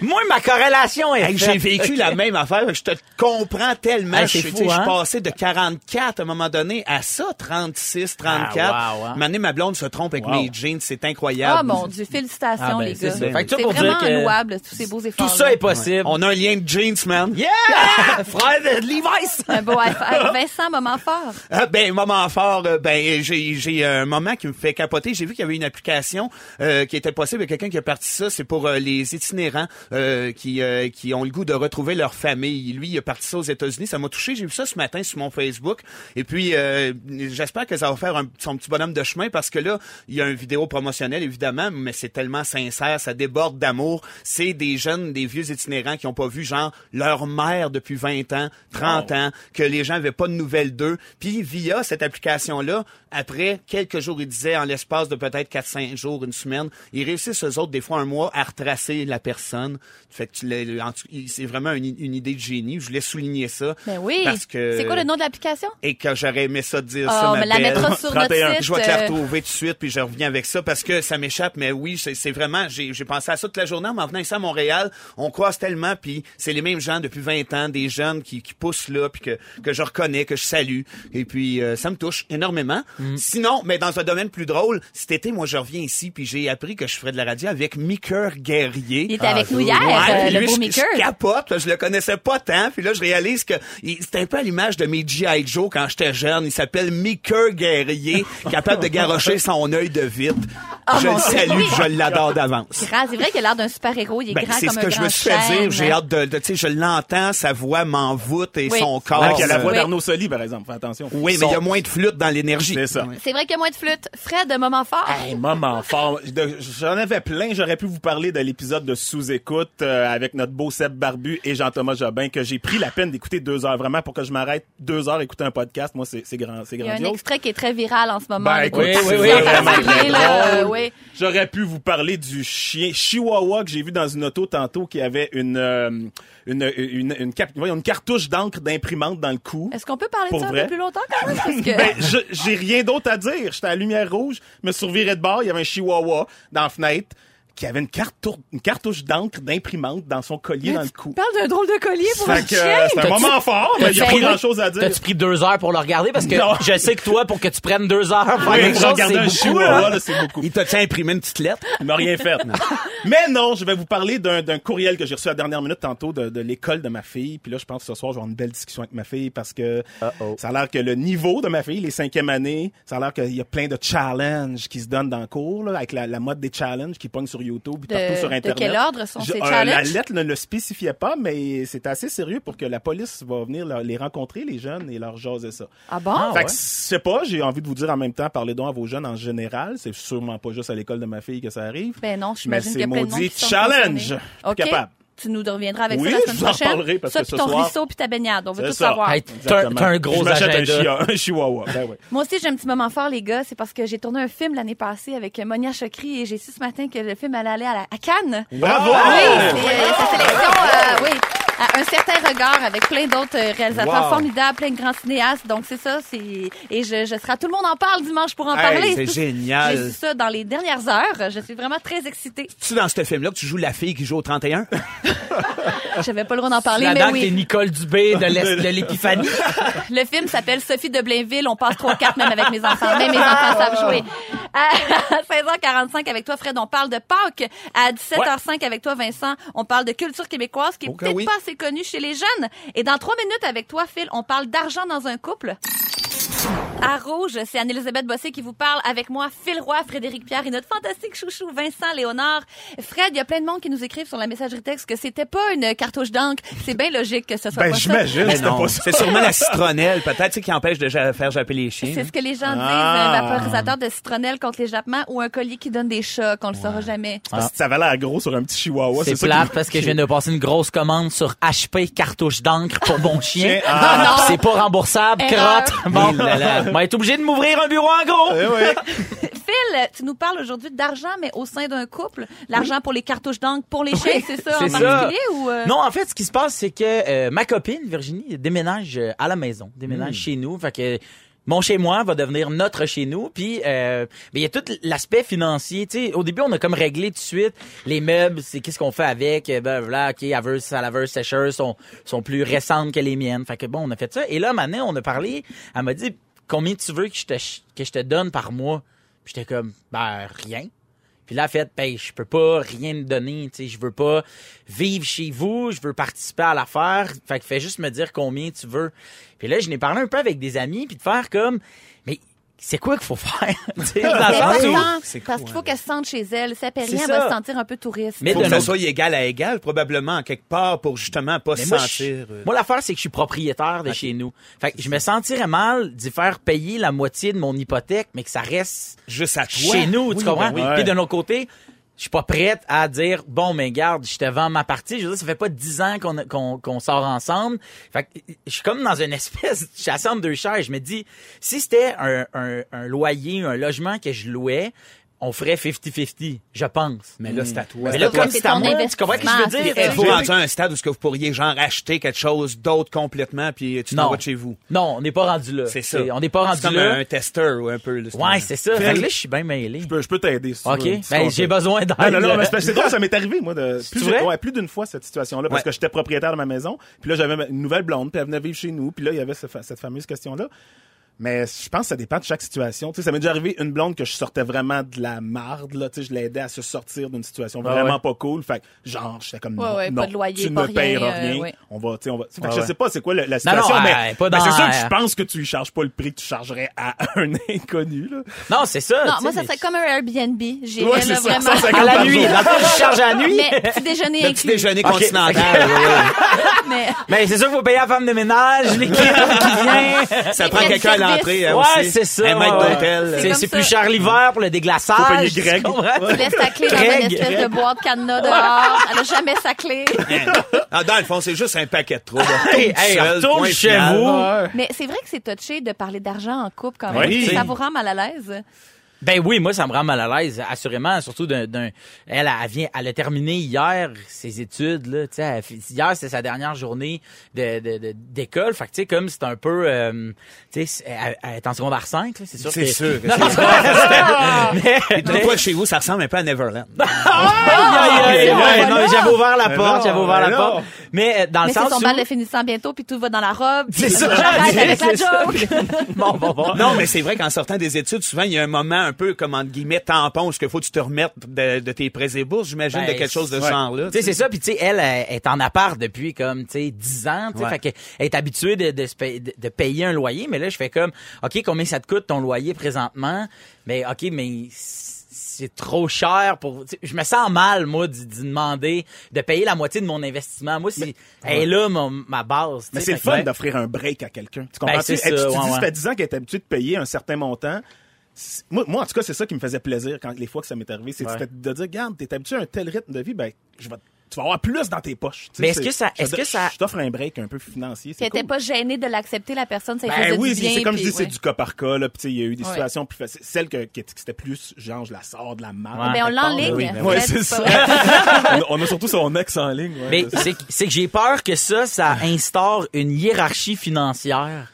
Speaker 4: moi, ma corrélation est
Speaker 5: Hey,
Speaker 4: faite.
Speaker 5: j'ai vécu la même affaire. Je te comprends tellement.
Speaker 4: Hey,
Speaker 5: je,
Speaker 4: c'est
Speaker 5: suis-
Speaker 4: fou,
Speaker 5: tu sais, je suis
Speaker 4: hein?
Speaker 5: passé de 44 à un moment donné à ça, 36, 34.
Speaker 4: Ah, wow, hein?
Speaker 5: Maintenant, ma blonde se trompe avec
Speaker 6: Wow.
Speaker 5: mes jeans. C'est incroyable.
Speaker 3: Ah mon dieu, félicitations,
Speaker 4: Ah, ben,
Speaker 3: les
Speaker 4: c'est
Speaker 3: gars.
Speaker 4: ça.
Speaker 3: C'est
Speaker 4: Fait que tout pour
Speaker 3: vraiment
Speaker 4: dire que-
Speaker 3: louable, tous ces beaux efforts.
Speaker 4: Tout ça est possible.
Speaker 5: On a un lien de jeans, man.
Speaker 4: Yeah! Frère de Levi's!
Speaker 3: Un beau high five. Vincent, moment fort.
Speaker 5: Ah, ben, moment fort, euh, ben, j'ai, j'ai un moment qui me fait capoter. J'ai vu qu'il y avait une application euh, qui était possible. Il y a quelqu'un qui a parti ça. C'est pour euh, les itinérants euh, qui, euh, qui ont le goût de retrouver leur famille. Lui, il a parti ça aux États-Unis. Ça m'a touché. J'ai vu ça ce matin sur mon Facebook. Et puis, euh, j'espère que ça va faire un- son petit bonhomme de chemin parce que là, il y a une vidéo promotionnelle, évidemment, mais c'est tellement sincère. Ça déborde d'amour. C'est des jeunes, des vieux itinérants qui ont pas vu, genre, leur mère depuis 20 ans, 30 ans, que les gens avaient pas de nouvelles d'eux. Puis via cette application-là, après quelques jours, ils disaient en l'espace de peut-être 4-5 jours, une semaine, ils réussissent eux autres, des fois un mois, à retracer la personne. Fait que tu l'as- en tout- c'est vraiment une, une idée de génie. Je voulais souligner ça.
Speaker 3: Ben oui.
Speaker 5: Parce que...
Speaker 3: C'est quoi le nom de l'application?
Speaker 5: Et que j'aurais aimé ça dire
Speaker 3: Ah,
Speaker 5: ça,
Speaker 3: on
Speaker 5: ma
Speaker 3: la
Speaker 5: belle.
Speaker 3: mettra sur notre
Speaker 6: 31,
Speaker 3: site.
Speaker 5: Je vais te la
Speaker 3: euh,
Speaker 5: retrouver tout de suite, puis je reviens avec ça parce que ça m'échappe, mais oui, c'est c'est vraiment, j'ai j'ai pensé à ça toute la journée en m'en venant ici à Montréal. On croise tellement, puis c'est les mêmes gens depuis 20 ans, des jeunes qui, qui poussent là, puis que, que je reconnais, que je salue. Et puis, euh, ça me touche énormément. Sinon, mais dans un domaine plus drôle, cet été, moi, je reviens ici, puis j'ai appris que je ferais de la radio avec Mickey Guerrier.
Speaker 3: Il était avec nous Gruyère,
Speaker 5: Ouais,
Speaker 3: euh,
Speaker 5: puis
Speaker 3: le
Speaker 5: lui, je-
Speaker 3: beau
Speaker 5: je,
Speaker 3: maker.
Speaker 5: capote, je le connaissais pas tant, puis là je réalise que il- c'est un peu à l'image de mes G.I. Joe quand j'étais jeune, il s'appelle Meeker Guerrier, capable de garrocher son œil de vite. je
Speaker 3: Ah, mon
Speaker 5: le
Speaker 3: Dieu.
Speaker 5: salue, je l'adore d'avance.
Speaker 3: Grand, c'est vrai qu'il a l'air d'un super-héros. Il est
Speaker 5: Ben,
Speaker 3: grand
Speaker 5: c'est
Speaker 3: comme
Speaker 5: ce
Speaker 3: un
Speaker 5: que je
Speaker 3: grand
Speaker 5: me suis fait dire,
Speaker 3: chêne.
Speaker 5: j'ai hâte de, de- tu sais je l'entends, sa voix m'envoûte et
Speaker 3: Oui.
Speaker 5: son corps.
Speaker 6: Ah, puis il y a la voix
Speaker 3: Oui.
Speaker 6: d'Arnaud Soli, par exemple. Fais attention.
Speaker 5: euh, Oui, mais il y a moins de flûte dans l'énergie.
Speaker 6: C'est ça.
Speaker 3: C'est vrai qu'il y a moins de flûte. Fred, de moment fort.
Speaker 6: Hey, moment fort. De- J'en avais plein. J'aurais pu vous parler de l'épisode de Sous-écoute euh, avec notre beau Seb Barbu et Jean-Thomas Jobin que j'ai pris la peine d'écouter deux heures. Vraiment, pour que je m'arrête deux heures à écouter un podcast, moi, c'est c'est grand, c'est
Speaker 3: Il y a un
Speaker 6: grandiose.
Speaker 3: extrait qui est très viral en ce moment.
Speaker 6: Ben,
Speaker 3: là,
Speaker 6: écoute,
Speaker 3: qui est
Speaker 4: oui,
Speaker 3: parti
Speaker 4: oui, oui,
Speaker 3: en
Speaker 4: vraiment
Speaker 3: particulier,
Speaker 6: très
Speaker 3: là,
Speaker 6: drôle.
Speaker 3: euh, oui.
Speaker 6: J'aurais pu vous parler du chien Chihuahua que j'ai vu dans une auto tantôt qui avait une, euh, une, une, une, cap- voyons, une cartouche d'encre d'imprimante dans le cou.
Speaker 3: Est-ce qu'on peut parler
Speaker 6: Pour
Speaker 3: de ça un
Speaker 6: vrai?
Speaker 3: peu
Speaker 6: <laughs>
Speaker 3: plus longtemps quand même? Parce que...
Speaker 6: Ben, je- j'ai rien d'autre à dire. J'étais à la lumière rouge, me survirais de bord, il y avait un chihuahua dans la fenêtre qui avait une, cartou- une cartouche d'encre d'imprimante dans son collier dans le cou.
Speaker 3: Parle d'un drôle de collier pour
Speaker 6: Fait
Speaker 3: un
Speaker 6: que,
Speaker 3: chien.
Speaker 6: euh, c'est un moment fort, mais il n'y a
Speaker 3: T'as-tu-
Speaker 6: pas grand chose à dire.
Speaker 4: T'as-tu pris deux heures pour le regarder? Parce que
Speaker 6: Non.
Speaker 4: je sais que toi, pour que tu prennes deux heures pour faire
Speaker 6: Oui,
Speaker 4: quelque
Speaker 6: pour
Speaker 4: chose,
Speaker 6: regarder un
Speaker 4: c'est beaucoup.
Speaker 6: chihuahua,
Speaker 4: hein.
Speaker 6: là, c'est beaucoup.
Speaker 5: Ah, Il t'a-tu imprimé une petite lettre?
Speaker 6: Il m'a rien fait. non. Mais non, je vais vous parler d'un d'un courriel que j'ai reçu à la dernière minute tantôt de, de l'école de ma fille. Puis là, je pense que ce soir, je vais avoir une belle discussion avec ma fille parce que ça a l'air que le niveau de ma fille, les cinquièmes années, ça a l'air qu'il y a plein de challenges qui se donnent dans le cours, là, avec la, la mode des challenges qui pognent sur YouTube, puis
Speaker 3: De-
Speaker 6: partout sur
Speaker 3: de
Speaker 6: Internet.
Speaker 3: quel ordre sont
Speaker 6: Je-
Speaker 3: ces
Speaker 6: euh, La
Speaker 3: challenges?
Speaker 6: lettre ne le spécifiait pas, mais c'est assez sérieux pour que la police va venir leur- les rencontrer, les jeunes, et leur jaser ça.
Speaker 3: Ah bon?
Speaker 4: Ah,
Speaker 6: Fait
Speaker 4: ouais?
Speaker 6: que, c'est pas, j'ai envie de vous dire en même temps, parlez donc à vos jeunes en général. C'est sûrement pas juste à l'école de ma fille que ça arrive.
Speaker 3: Ben non,
Speaker 6: Mais
Speaker 3: j'imagine qu'il y
Speaker 6: c'est
Speaker 3: a plein de monde
Speaker 6: maudit
Speaker 3: qui sont
Speaker 6: challenge.
Speaker 3: concernés.
Speaker 6: Je suis capable.
Speaker 3: Tu nous reviendras avec
Speaker 6: Oui,
Speaker 3: ça la semaine
Speaker 6: je vous en
Speaker 3: prochaine.
Speaker 6: reparlerai parce
Speaker 3: ça,
Speaker 6: que ce
Speaker 3: puis ton
Speaker 6: soir-
Speaker 3: risseau puis ta baignade. On veut
Speaker 6: C'est
Speaker 3: tout
Speaker 6: ça.
Speaker 3: savoir.
Speaker 4: Hey, t'as
Speaker 6: Exactement.
Speaker 4: t'as un gros
Speaker 6: Je m'achète un,
Speaker 4: agenda.
Speaker 6: chia- un chihuahua. Ben oui.
Speaker 3: Moi aussi, j'ai un petit moment fort, les gars. C'est parce que j'ai tourné un film l'année passée avec Monia Chokri et j'ai su ce matin que le film allait aller à, la- à Cannes.
Speaker 6: Bravo! Ben,
Speaker 3: Ah oui, c'est euh, sa sélection, euh, oui, à un certain regard avec plein d'autres euh, réalisateurs
Speaker 5: Wow.
Speaker 3: formidables, plein de grands cinéastes. Donc c'est ça, c'est et je, je serai tout le monde en parle dimanche pour en
Speaker 5: Hey,
Speaker 3: parler.
Speaker 5: c'est
Speaker 3: tout-
Speaker 5: génial.
Speaker 3: J'ai su ça dans les dernières heures. Je suis vraiment très excitée.
Speaker 5: Tu dans ce film-là que tu joues la fille qui joue au 31?
Speaker 3: J'avais pas le droit d'en parler, mais
Speaker 4: Là-dedans, t'es
Speaker 3: oui.
Speaker 4: Nicole Dubé de l'Est- de l'Épiphanie.
Speaker 3: Le film s'appelle Sophie de Blainville. On passe trois cartes même avec mes enfants. Même mes enfants savent jouer. À <laughs> 16h45 avec toi, Fred, on parle de Pâques. À 17h05 avec toi, Vincent, on parle de culture québécoise qui est
Speaker 5: Oh, que
Speaker 3: peut-être
Speaker 5: oui.
Speaker 3: pas assez connue chez les jeunes. Et dans trois minutes avec toi, Phil, on parle d'argent dans un couple. À Rouge, c'est Anne-Elisabeth Bossé qui vous parle avec moi, Phil Roy, Frédéric Pierre et notre fantastique chouchou Vincent Léonard. Fred, il y a plein de monde qui nous écrivent sur la messagerie texte que c'était pas une cartouche d'encre. C'est bien logique que ce soit
Speaker 6: Ben,
Speaker 3: pas ça.
Speaker 6: j'imagine,
Speaker 5: Mais
Speaker 6: c'était
Speaker 5: non,
Speaker 6: pas ça.
Speaker 5: C'est sûrement la citronnelle, peut-être, tu sais, qui empêche de ja- faire japper les chiens.
Speaker 3: C'est ce que les
Speaker 6: Ah.
Speaker 3: gens disent, un vaporisateur de citronnelle contre l'échappement ou un collier qui donne des chocs, on le saura jamais.
Speaker 4: Ah.
Speaker 6: Parce que Ça avait l'air gros sur un petit chihuahua.
Speaker 4: C'est
Speaker 6: ça
Speaker 4: plate
Speaker 6: qui-
Speaker 4: parce que je viens de passer une grosse commande sur HP cartouche d'encre pour mon
Speaker 6: Chien,
Speaker 4: chien.
Speaker 6: ah.
Speaker 3: Non, non.
Speaker 4: C'est pas remboursable,
Speaker 3: Erreur.
Speaker 4: crotte. Bon, ben, être obligé de m'ouvrir un bureau en gros. <laughs>
Speaker 6: Eh oui.
Speaker 3: Phil, tu nous parles aujourd'hui d'argent, mais au sein d'un couple. L'argent pour les cartouches d'encre pour les chiens, c'est ça en
Speaker 4: C'est ça.
Speaker 3: particulier ou... euh,
Speaker 4: Non, en fait, ce qui se passe, c'est que euh, ma copine, Virginie, déménage euh, à la maison, déménage chez nous. Fait que mon chez moi va devenir notre chez nous. Puis, euh, ben, il y a tout l'aspect financier. Tu sais, au début, on a comme réglé tout de suite les meubles, c'est qu'est-ce qu'on fait avec. euh, Ben voilà, ok, laveuse, sa laveuse, sécheuse sont sont plus récentes que les miennes. Fait que bon, on a fait ça. Et là, maintenant, on a parlé. Elle m'a dit combien tu veux que je te ch- que je te donne par mois. Puis j'étais comme ben rien. Puis là, elle fait, ben, je peux pas rien te donner, tu sais, je veux pas vivre chez vous, je veux participer à l'affaire. Fait que fais juste me dire combien tu veux. Puis là, je n'ai parlé un peu avec des amis, puis de faire comme, mais c'est quoi qu'il faut <laughs> faire? Tu sais,
Speaker 3: c'est
Speaker 4: dans le sens où-
Speaker 3: important,
Speaker 5: C'est
Speaker 3: parce
Speaker 5: quoi,
Speaker 3: qu'il faut qu'elle se sente chez elle. Si elle paie
Speaker 4: C'est
Speaker 3: rien, elle
Speaker 4: ça.
Speaker 3: va se sentir un peu touriste.
Speaker 4: Mais
Speaker 5: Faut
Speaker 4: de
Speaker 5: que ça
Speaker 4: l'autre-
Speaker 5: soit égal à égal, probablement, en quelque part, pour justement pas se
Speaker 4: Mais moi,
Speaker 5: sentir...
Speaker 4: je-
Speaker 5: euh,
Speaker 4: moi, l'affaire, c'est que je suis propriétaire de chez nous. Fait que je me sentirais mal d'y faire payer la moitié de mon hypothèque, mais que ça reste
Speaker 5: Juste à toi.
Speaker 4: chez nous, tu
Speaker 5: Oui,
Speaker 4: comprends?
Speaker 5: ben oui.
Speaker 6: Ouais.
Speaker 4: Puis de l'autre côté, je suis pas prête à dire bon mais garde, je te vends ma partie. Je veux dire, ça fait pas dix ans qu'on qu'on qu'on sort ensemble. Fait que je suis comme dans une <laughs> espèce, je suis assis entre deux chaises. Je me dis si c'était un, un, un loyer, un logement que je louais, on ferait 50-50, je pense.
Speaker 5: Mais là, c'est à toi.
Speaker 4: Mais là,
Speaker 3: c'est toi,
Speaker 4: comme
Speaker 3: c'est
Speaker 4: c'est à
Speaker 3: ton
Speaker 4: moi, tu comprends ce que je veux
Speaker 3: investissement,
Speaker 4: dire?
Speaker 3: c'est ça.
Speaker 5: Êtes-vous
Speaker 4: J'ai-
Speaker 5: rendu à un stade où ce que vous pourriez, genre, acheter quelque chose d'autre complètement, puis tu t'en
Speaker 4: Non.
Speaker 5: vas de chez vous?
Speaker 4: Non, on n'est pas rendu là.
Speaker 5: C'est ça.
Speaker 4: On n'est pas rendu
Speaker 5: C'est comme
Speaker 4: là.
Speaker 5: un testeur, ou un peu. là,
Speaker 4: Ouais,
Speaker 5: un-
Speaker 4: c'est ça. Fait que là, je suis bien mêlé.
Speaker 6: Je peux, je peux t'aider. si tu
Speaker 4: OK.
Speaker 6: veux, si
Speaker 4: Ben,
Speaker 6: tu
Speaker 4: j'ai
Speaker 6: veux.
Speaker 4: besoin d'aide.
Speaker 6: Ah, non, non, mais c'est parce que c'est drôle, ça m'est arrivé, moi, de plus,
Speaker 4: vrai?
Speaker 6: ouais, plus d'une fois, cette situation-là, parce
Speaker 5: Ouais.
Speaker 6: que j'étais propriétaire de ma maison, puis là, j'avais une nouvelle blonde, puis elle venait vivre chez nous, puis là, il y avait ce fa- cette fameuse question-là. Mais je pense que ça dépend de chaque situation. Tu sais, ça m'est déjà arrivé une blonde que je sortais vraiment de la marde. Là. Tu sais, je l'aidais à se sortir d'une situation
Speaker 4: Ah
Speaker 6: vraiment
Speaker 4: ouais.
Speaker 6: pas cool. Fait que, genre, j'étais comme
Speaker 3: Ouais,
Speaker 6: non,
Speaker 3: ouais,
Speaker 6: non,
Speaker 3: pas de loyer,
Speaker 6: tu
Speaker 3: pas
Speaker 6: ne
Speaker 3: rien,
Speaker 6: payeras
Speaker 3: euh,
Speaker 6: rien.
Speaker 3: ouais.
Speaker 6: On va, tu sais, on va. Fait que
Speaker 4: Ah
Speaker 6: je
Speaker 4: ouais.
Speaker 6: sais pas c'est quoi la, la situation,
Speaker 4: non,
Speaker 6: mais,
Speaker 4: ouais, pas
Speaker 6: mais
Speaker 4: dans-
Speaker 6: c'est sûr que
Speaker 4: ouais.
Speaker 6: je pense que tu lui charges pas le prix que tu chargerais à <laughs> un inconnu. Là.
Speaker 4: Non, c'est ça.
Speaker 3: Non,
Speaker 4: tu
Speaker 3: moi,
Speaker 4: sais,
Speaker 3: ça serait comme un Airbnb. J'ai
Speaker 6: Ouais, c'est
Speaker 3: là,
Speaker 6: ça,
Speaker 3: vraiment.
Speaker 6: 150
Speaker 4: À la
Speaker 6: par
Speaker 4: nuit.
Speaker 6: jour.
Speaker 4: Dans le fond, tu charges à la nuit.
Speaker 3: mais petit déjeuner
Speaker 5: Le petit
Speaker 3: inclus.
Speaker 5: déjeuner
Speaker 4: Ok.
Speaker 5: continental.
Speaker 4: Ok.
Speaker 3: Mais
Speaker 4: Mais Ben, c'est sûr qu'il faut payer la femme de ménage, l'équipe qui vient.
Speaker 5: Ça
Speaker 3: Les
Speaker 5: prend
Speaker 3: frais de
Speaker 5: quelqu'un à
Speaker 3: service.
Speaker 5: l'entrée. hein,
Speaker 4: Ouais,
Speaker 5: aussi.
Speaker 4: c'est ça.
Speaker 5: Un maître
Speaker 4: ouais, ouais.
Speaker 5: d'hôtel.
Speaker 4: C'est-
Speaker 3: comme
Speaker 4: C'est
Speaker 3: ça.
Speaker 4: plus cher l'hiver pour le déglaçage.
Speaker 6: Faut payer
Speaker 4: tu
Speaker 6: Greg.
Speaker 4: comprends?
Speaker 3: tu laisses ta clé dans
Speaker 4: Greg.
Speaker 3: une espèce de boîte cadenas dehors. Elle a jamais sa clé.
Speaker 5: <laughs> Ah, dans le fond, c'est juste un paquet de trous.
Speaker 4: <laughs> Hey, hey, retourne chez vous.
Speaker 3: Mais c'est vrai que c'est touché de parler d'argent en couple quand même.
Speaker 6: Oui.
Speaker 3: Tu sais, Ça vous rend mal à l'aise.
Speaker 4: Ben oui, moi, ça me rend mal à l'aise, assurément, surtout d'un, d'un- elle, elle vient, elle a terminé hier ses études, là, tu sais, elle fait- hier, c'est sa dernière journée de, de- de- d'école, fait que, tu sais, comme c'est un peu, euh, tu sais, c'est- elle, elle est en secondaire 5, là, c'est sûr
Speaker 5: C'est
Speaker 4: que-
Speaker 5: sûr que
Speaker 4: Non,
Speaker 5: c'est-
Speaker 4: non, <laughs> mais- mais-
Speaker 5: Toi, chez vous, ça ressemble un peu à Neverland.
Speaker 4: <laughs> Aïe, aïe, aïe,
Speaker 6: Ah,
Speaker 4: ouais,
Speaker 6: mais
Speaker 4: non, mais j'avais ouvert la
Speaker 6: Mais
Speaker 4: porte,
Speaker 6: non,
Speaker 4: j'avais ouvert la
Speaker 6: mais
Speaker 4: porte,
Speaker 6: non.
Speaker 4: mais euh, dans le
Speaker 3: Mais c'est
Speaker 4: sens
Speaker 3: son
Speaker 4: où- <laughs>
Speaker 3: bal de finissant bientôt, puis tout va dans la robe.
Speaker 4: C'est
Speaker 3: puis
Speaker 6: <laughs>
Speaker 4: ça,
Speaker 3: j'arrête
Speaker 4: c'est-
Speaker 3: avec la
Speaker 4: c'est ça.
Speaker 3: joke.
Speaker 4: Bon, bon, bon.
Speaker 5: Non, mais c'est vrai qu'en sortant des études, souvent, il y a un moment un peu, comme entre guillemets, tampon, parce qu'il faut que tu te remettes de, de tes prêts et bourses, j'imagine,
Speaker 4: Ben,
Speaker 5: de quelque chose de ce
Speaker 6: ouais.
Speaker 5: genre-là.
Speaker 4: Tu sais, c'est ça. Puis, tu sais, elle, elle est en appart depuis comme, tu sais, 10 ans. tu sais,
Speaker 5: Ouais.
Speaker 4: Fait qu'elle est habituée de, de, se paye- de- de payer un loyer. Mais là, je fais comme, OK, combien ça te coûte ton loyer présentement? Mais, OK, mais c'est trop cher pour... tu sais, Je me sens mal, moi, d'y d'y demander de payer la moitié de mon investissement. Moi, si elle est là, mon- ma base. tu
Speaker 6: Mais
Speaker 4: sais,
Speaker 6: c'est le
Speaker 4: fait
Speaker 6: fun
Speaker 4: que-
Speaker 6: d'offrir un break à quelqu'un. Tu comprends?
Speaker 4: Ben, c'est
Speaker 6: tu sais, hey, tu
Speaker 4: ça,
Speaker 6: te
Speaker 4: ouais,
Speaker 6: dis,
Speaker 4: ouais.
Speaker 6: ça fait 10 ans qu'elle est habituée de payer un certain montant. C'est- Moi, moi, en tout cas, c'est ça qui me faisait plaisir quand les fois que ça m'est arrivé. C'est
Speaker 4: Ouais.
Speaker 6: c'était de dire, garde, t'es habitué à un tel rythme de vie, ben, je vais, tu vas avoir plus dans tes poches. Tu sais,
Speaker 4: Mais est-ce
Speaker 6: c'est-
Speaker 4: que ça-
Speaker 6: je te
Speaker 4: est-ce
Speaker 6: do-
Speaker 4: que ça-
Speaker 6: Je t'offre un break un peu financier.
Speaker 3: Puis
Speaker 6: c'est
Speaker 3: elle était
Speaker 6: cool.
Speaker 3: pas gênée de l'accepter, la personne, ça lui faisait
Speaker 6: Ben oui,
Speaker 3: du
Speaker 6: c'est-
Speaker 3: bien.
Speaker 6: c'est comme je
Speaker 3: puis
Speaker 6: dis, c'est
Speaker 3: ouais.
Speaker 6: du cas par cas. Là, puis, tu sais, il y a eu des
Speaker 3: Ouais.
Speaker 6: situations plus faciles. Celle que, que- que c'était plus, genre, je la sors de la marde.
Speaker 4: Ouais.
Speaker 3: Mais on l'a en
Speaker 6: Oui,
Speaker 3: ligne.
Speaker 6: ben <laughs>
Speaker 3: Fred,
Speaker 6: ouais, c'est
Speaker 3: pas
Speaker 6: ça.
Speaker 3: vrai.
Speaker 6: on, a, on a surtout son ex en ligne. ouais.
Speaker 5: <laughs>
Speaker 4: Mais
Speaker 6: C'est-
Speaker 4: c'est que- c'est que j'ai peur que ça, ça instaure une hiérarchie financière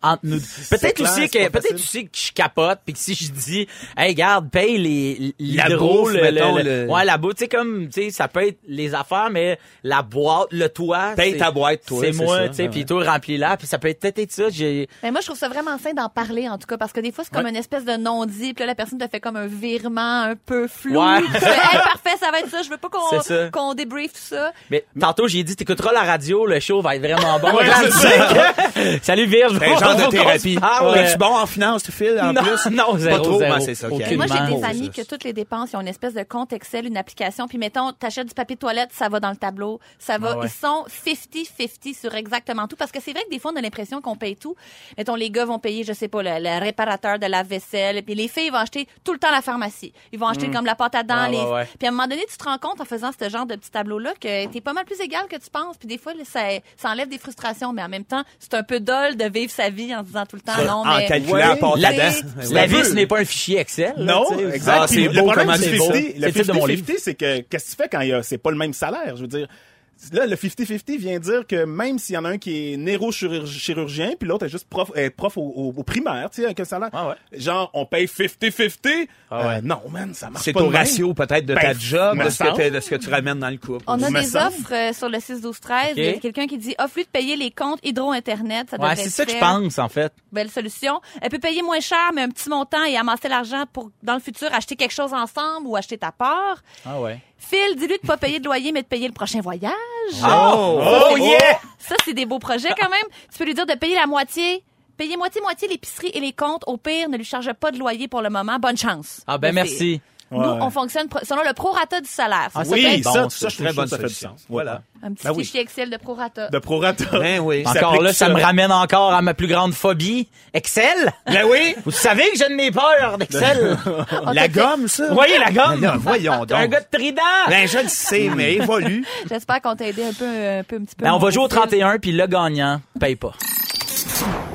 Speaker 4: entre nous. deux. Peut-être
Speaker 6: clair,
Speaker 4: aussi
Speaker 6: c'est
Speaker 4: que
Speaker 6: pas
Speaker 4: peut-être
Speaker 6: facile.
Speaker 4: aussi que je capote puis que si je dis hey garde paye les
Speaker 5: La
Speaker 4: l'hydro
Speaker 5: bouffe, mettons, le-
Speaker 4: ouais la bouffe tu sais comme tu sais ça peut être les affaires mais la boîte le toit
Speaker 5: Paye
Speaker 4: c'est-
Speaker 5: ta boîte, toi,
Speaker 4: c'est
Speaker 5: c'est
Speaker 4: moi
Speaker 5: ça,
Speaker 4: tu sais
Speaker 5: ouais,
Speaker 4: puis
Speaker 5: ouais.
Speaker 4: toi remplis la puis ça peut être peut-être être ça j'ai
Speaker 3: Mais moi, je trouve ça vraiment sain d'en parler, en tout cas, parce que des fois, c'est comme une espèce de non-dit, puis là, la personne te fait comme un virement un peu flou.
Speaker 4: Ouais.
Speaker 3: Tu fais, Hey, parfait, ça va être ça, je veux pas qu'on
Speaker 4: C'est ça.
Speaker 3: qu'on débriefe tout ça.
Speaker 4: mais tantôt j'ai dit t'écouteras la radio le show va être vraiment bon
Speaker 6: Ouais,
Speaker 4: Là,
Speaker 6: c'est
Speaker 4: tu sais que- <laughs> salut Virge
Speaker 5: C'est un
Speaker 4: faut
Speaker 5: genre de
Speaker 4: <laughs> qu'on
Speaker 5: thérapie.
Speaker 4: se parle.
Speaker 5: Es-tu bon en finance, tu files, en
Speaker 4: Ah, Non,
Speaker 5: plus?
Speaker 4: non, zéro,
Speaker 5: Pas trop,
Speaker 4: zéro.
Speaker 5: mais c'est ça. ok.
Speaker 3: Moi,
Speaker 4: Aucunement.
Speaker 3: j'ai des
Speaker 4: Tellement.
Speaker 3: amis que toutes les dépenses, ils ont une espèce de compte Excel, une application. Puis mettons, t'achètes du papier de toilette, ça va dans le tableau. Ça va.
Speaker 4: Ah ouais.
Speaker 3: Ils sont 50-50 sur exactement tout. Parce que c'est vrai que des fois, on a l'impression qu'on paye tout. Mettons, les gars vont payer, je sais pas, le, le réparateur de la vaisselle. Puis les filles vont acheter tout le temps la pharmacie. Ils vont acheter comme la pâte à dents.
Speaker 4: Mm. Ouais,
Speaker 3: les-
Speaker 4: ouais, ouais.
Speaker 3: Puis à un moment donné, tu te rends compte en faisant ce genre de petit tableau-là que t'es pas mal plus égal que tu penses. Puis des fois, là, ça, ça enlève des frustrations. Mais en même temps, c'est un peu dole de vivre sa vie en se disant tout le temps, non,
Speaker 5: en
Speaker 3: mais...
Speaker 5: calculant la pâte
Speaker 4: La,
Speaker 5: à dents.
Speaker 4: la
Speaker 5: Ouais.
Speaker 4: vie, ce n'est pas un fichier Excel. là,
Speaker 6: Non,
Speaker 4: tu sais.
Speaker 6: exact.
Speaker 5: Ah,
Speaker 6: Puis
Speaker 5: c'est
Speaker 6: le
Speaker 5: beau
Speaker 6: problème
Speaker 5: comment
Speaker 6: du
Speaker 5: c'est
Speaker 6: 50,
Speaker 5: beau.
Speaker 4: C'est
Speaker 6: le
Speaker 4: le titre de mon
Speaker 6: 50-50, c'est que qu'est-ce que tu fais quand il y a- c'est pas le même salaire, je veux dire. Là, le 50-50 vient dire que même s'il y en a un qui est neurochirurgien, puis l'autre est juste prof, est prof au, au- au primaire, tu sais, avec un salaire.
Speaker 4: Ah
Speaker 6: Genre, on paye 50-50.
Speaker 4: Ah ouais.
Speaker 6: Euh, non, man, ça marche
Speaker 5: C'est
Speaker 6: pas.
Speaker 5: ton
Speaker 6: de même.
Speaker 5: ratio, peut-être, de
Speaker 6: Ben,
Speaker 5: ta job,
Speaker 6: me
Speaker 5: de ce, que
Speaker 6: semble.
Speaker 5: t'es- de ce que tu ramènes dans le couple.
Speaker 3: On a
Speaker 6: Il me
Speaker 3: des
Speaker 6: semble.
Speaker 3: offres euh, sur le 6 12 13, il y a
Speaker 4: Ok.
Speaker 3: quelqu'un qui dit offre-lui de payer les comptes hydro internet, ça
Speaker 4: Ouais,
Speaker 3: devrait
Speaker 4: c'est
Speaker 3: être
Speaker 4: ça que je
Speaker 3: fait.
Speaker 4: pense, en fait.
Speaker 3: Belle solution. Elle peut payer moins cher mais un petit montant et amasser l'argent pour dans le futur acheter quelque chose ensemble ou acheter ta part.
Speaker 4: Ah ouais.
Speaker 3: Phil, dis-lui de pas payer de loyer mais de payer le prochain voyage.
Speaker 5: Oh!
Speaker 4: Oh yeah!
Speaker 3: Ça c'est des beaux projets quand même. Tu peux lui dire de payer la moitié. Payer moitié moitié l'épicerie et les comptes. Au pire, ne lui charge pas de loyer pour le moment. Bonne chance.
Speaker 4: Ah ben
Speaker 3: Mais
Speaker 4: merci.
Speaker 3: c'est- Nous,
Speaker 6: Ouais.
Speaker 3: on fonctionne pro- selon le prorata du salaire. Ça,
Speaker 4: Ah,
Speaker 3: ça peut
Speaker 6: Oui,
Speaker 3: être
Speaker 4: bon,
Speaker 6: ça,
Speaker 4: c'est
Speaker 6: ça, je
Speaker 5: Très
Speaker 6: trouve
Speaker 5: bonne
Speaker 6: que ça fait du
Speaker 5: solution.
Speaker 6: sens.
Speaker 5: Voilà.
Speaker 3: un petit
Speaker 6: Ben oui.
Speaker 3: fichier Excel de prorata.
Speaker 6: De prorata.
Speaker 5: Ben oui.
Speaker 6: Ça
Speaker 4: Encore
Speaker 6: applique
Speaker 4: là, ça
Speaker 6: ça.
Speaker 4: me ramène encore à ma plus grande phobie, Excel.
Speaker 5: Ben oui!
Speaker 4: Vous savez que je n'ai peur d'Excel.
Speaker 3: Ah,
Speaker 5: La gomme, ça?
Speaker 4: Vous voyez la
Speaker 5: Ben là,
Speaker 4: gomme?
Speaker 5: voyons
Speaker 4: Un
Speaker 5: donc.
Speaker 4: gars de Trident.
Speaker 5: Ben, je le sais,
Speaker 4: <laughs>
Speaker 5: mais évolue.
Speaker 3: J'espère qu'on t'a aidé un peu, un peu, un petit peu.
Speaker 4: Ben, on va
Speaker 3: mon
Speaker 4: jouer au
Speaker 3: Phil.
Speaker 4: 31, puis le gagnant paye pas.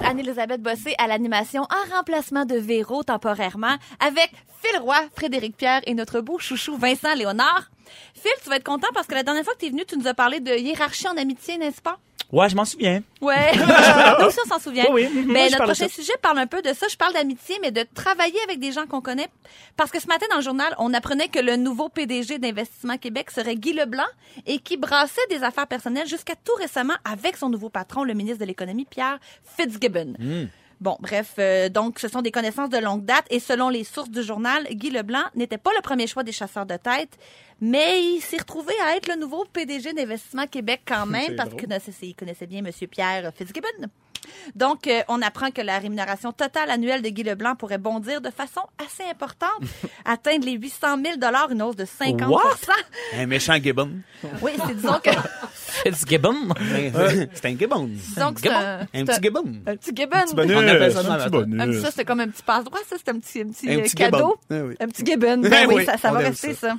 Speaker 3: Anne-Elisabeth Bossé à l'animation en remplacement de Véro temporairement avec Phil Roy, Frédéric Pierre et notre beau chouchou Vincent Léonard. Phil, tu vas être content parce que la dernière fois que tu es venu, tu nous as parlé de hiérarchie en amitié, n'est-ce pas?
Speaker 4: Ouais, je m'en souviens.
Speaker 3: Ouais.
Speaker 4: <laughs>
Speaker 3: Nous aussi, on s'en souvient.
Speaker 4: Oui, oui. Mhm. Moi,
Speaker 3: Mais
Speaker 4: je
Speaker 3: notre
Speaker 4: parle de
Speaker 3: prochain sujet parle un peu de ça. Je parle d'amitié, mais de travailler avec des gens qu'on connaît. Parce que ce matin, dans le journal, on apprenait que le nouveau PDG d'Investissement Québec serait Guy Leblanc et qui brassait des affaires personnelles jusqu'à tout récemment avec son nouveau patron, le ministre de l'Économie, Pierre Fitzgibbon. Bon, bref, euh, donc ce sont des connaissances de longue date et selon les sources du journal, Guy Leblanc n'était pas le premier choix des chasseurs de tête, mais il s'est retrouvé à être le nouveau PDG d'Investissement Québec quand même
Speaker 6: C'est
Speaker 3: parce
Speaker 6: drôle.
Speaker 3: qu'il connaissait, il connaissait bien Monsieur Pierre Fitzgibbon. Donc, euh, on apprend que la rémunération totale annuelle de Guy Leblanc pourrait bondir de façon assez importante, atteindre les 800 000 une hausse de 50
Speaker 5: Un méchant gibbon.
Speaker 3: Oui, c'est disons que...
Speaker 4: Fitzgibbon.
Speaker 5: Ben, C'est un gibbon.
Speaker 3: Disons que c'est un,
Speaker 5: Un
Speaker 3: c'est
Speaker 5: petit gibbon.
Speaker 3: un petit gibbon.
Speaker 6: bonus.
Speaker 5: On appelle ça
Speaker 6: un petit
Speaker 5: de même, attends.
Speaker 3: Un petit-
Speaker 6: bonus.
Speaker 3: Ah, ça, c'était comme un petit passe-droit, ça. C'était un petit, un petit,
Speaker 5: Un
Speaker 3: euh,
Speaker 5: petit
Speaker 3: cadeau.
Speaker 5: gibbon. Ah oui.
Speaker 3: Un petit gibbon. Ben
Speaker 5: Ben
Speaker 3: oui,
Speaker 5: oui,
Speaker 3: ça, ça
Speaker 5: on
Speaker 3: va
Speaker 5: aime
Speaker 3: rester, ça.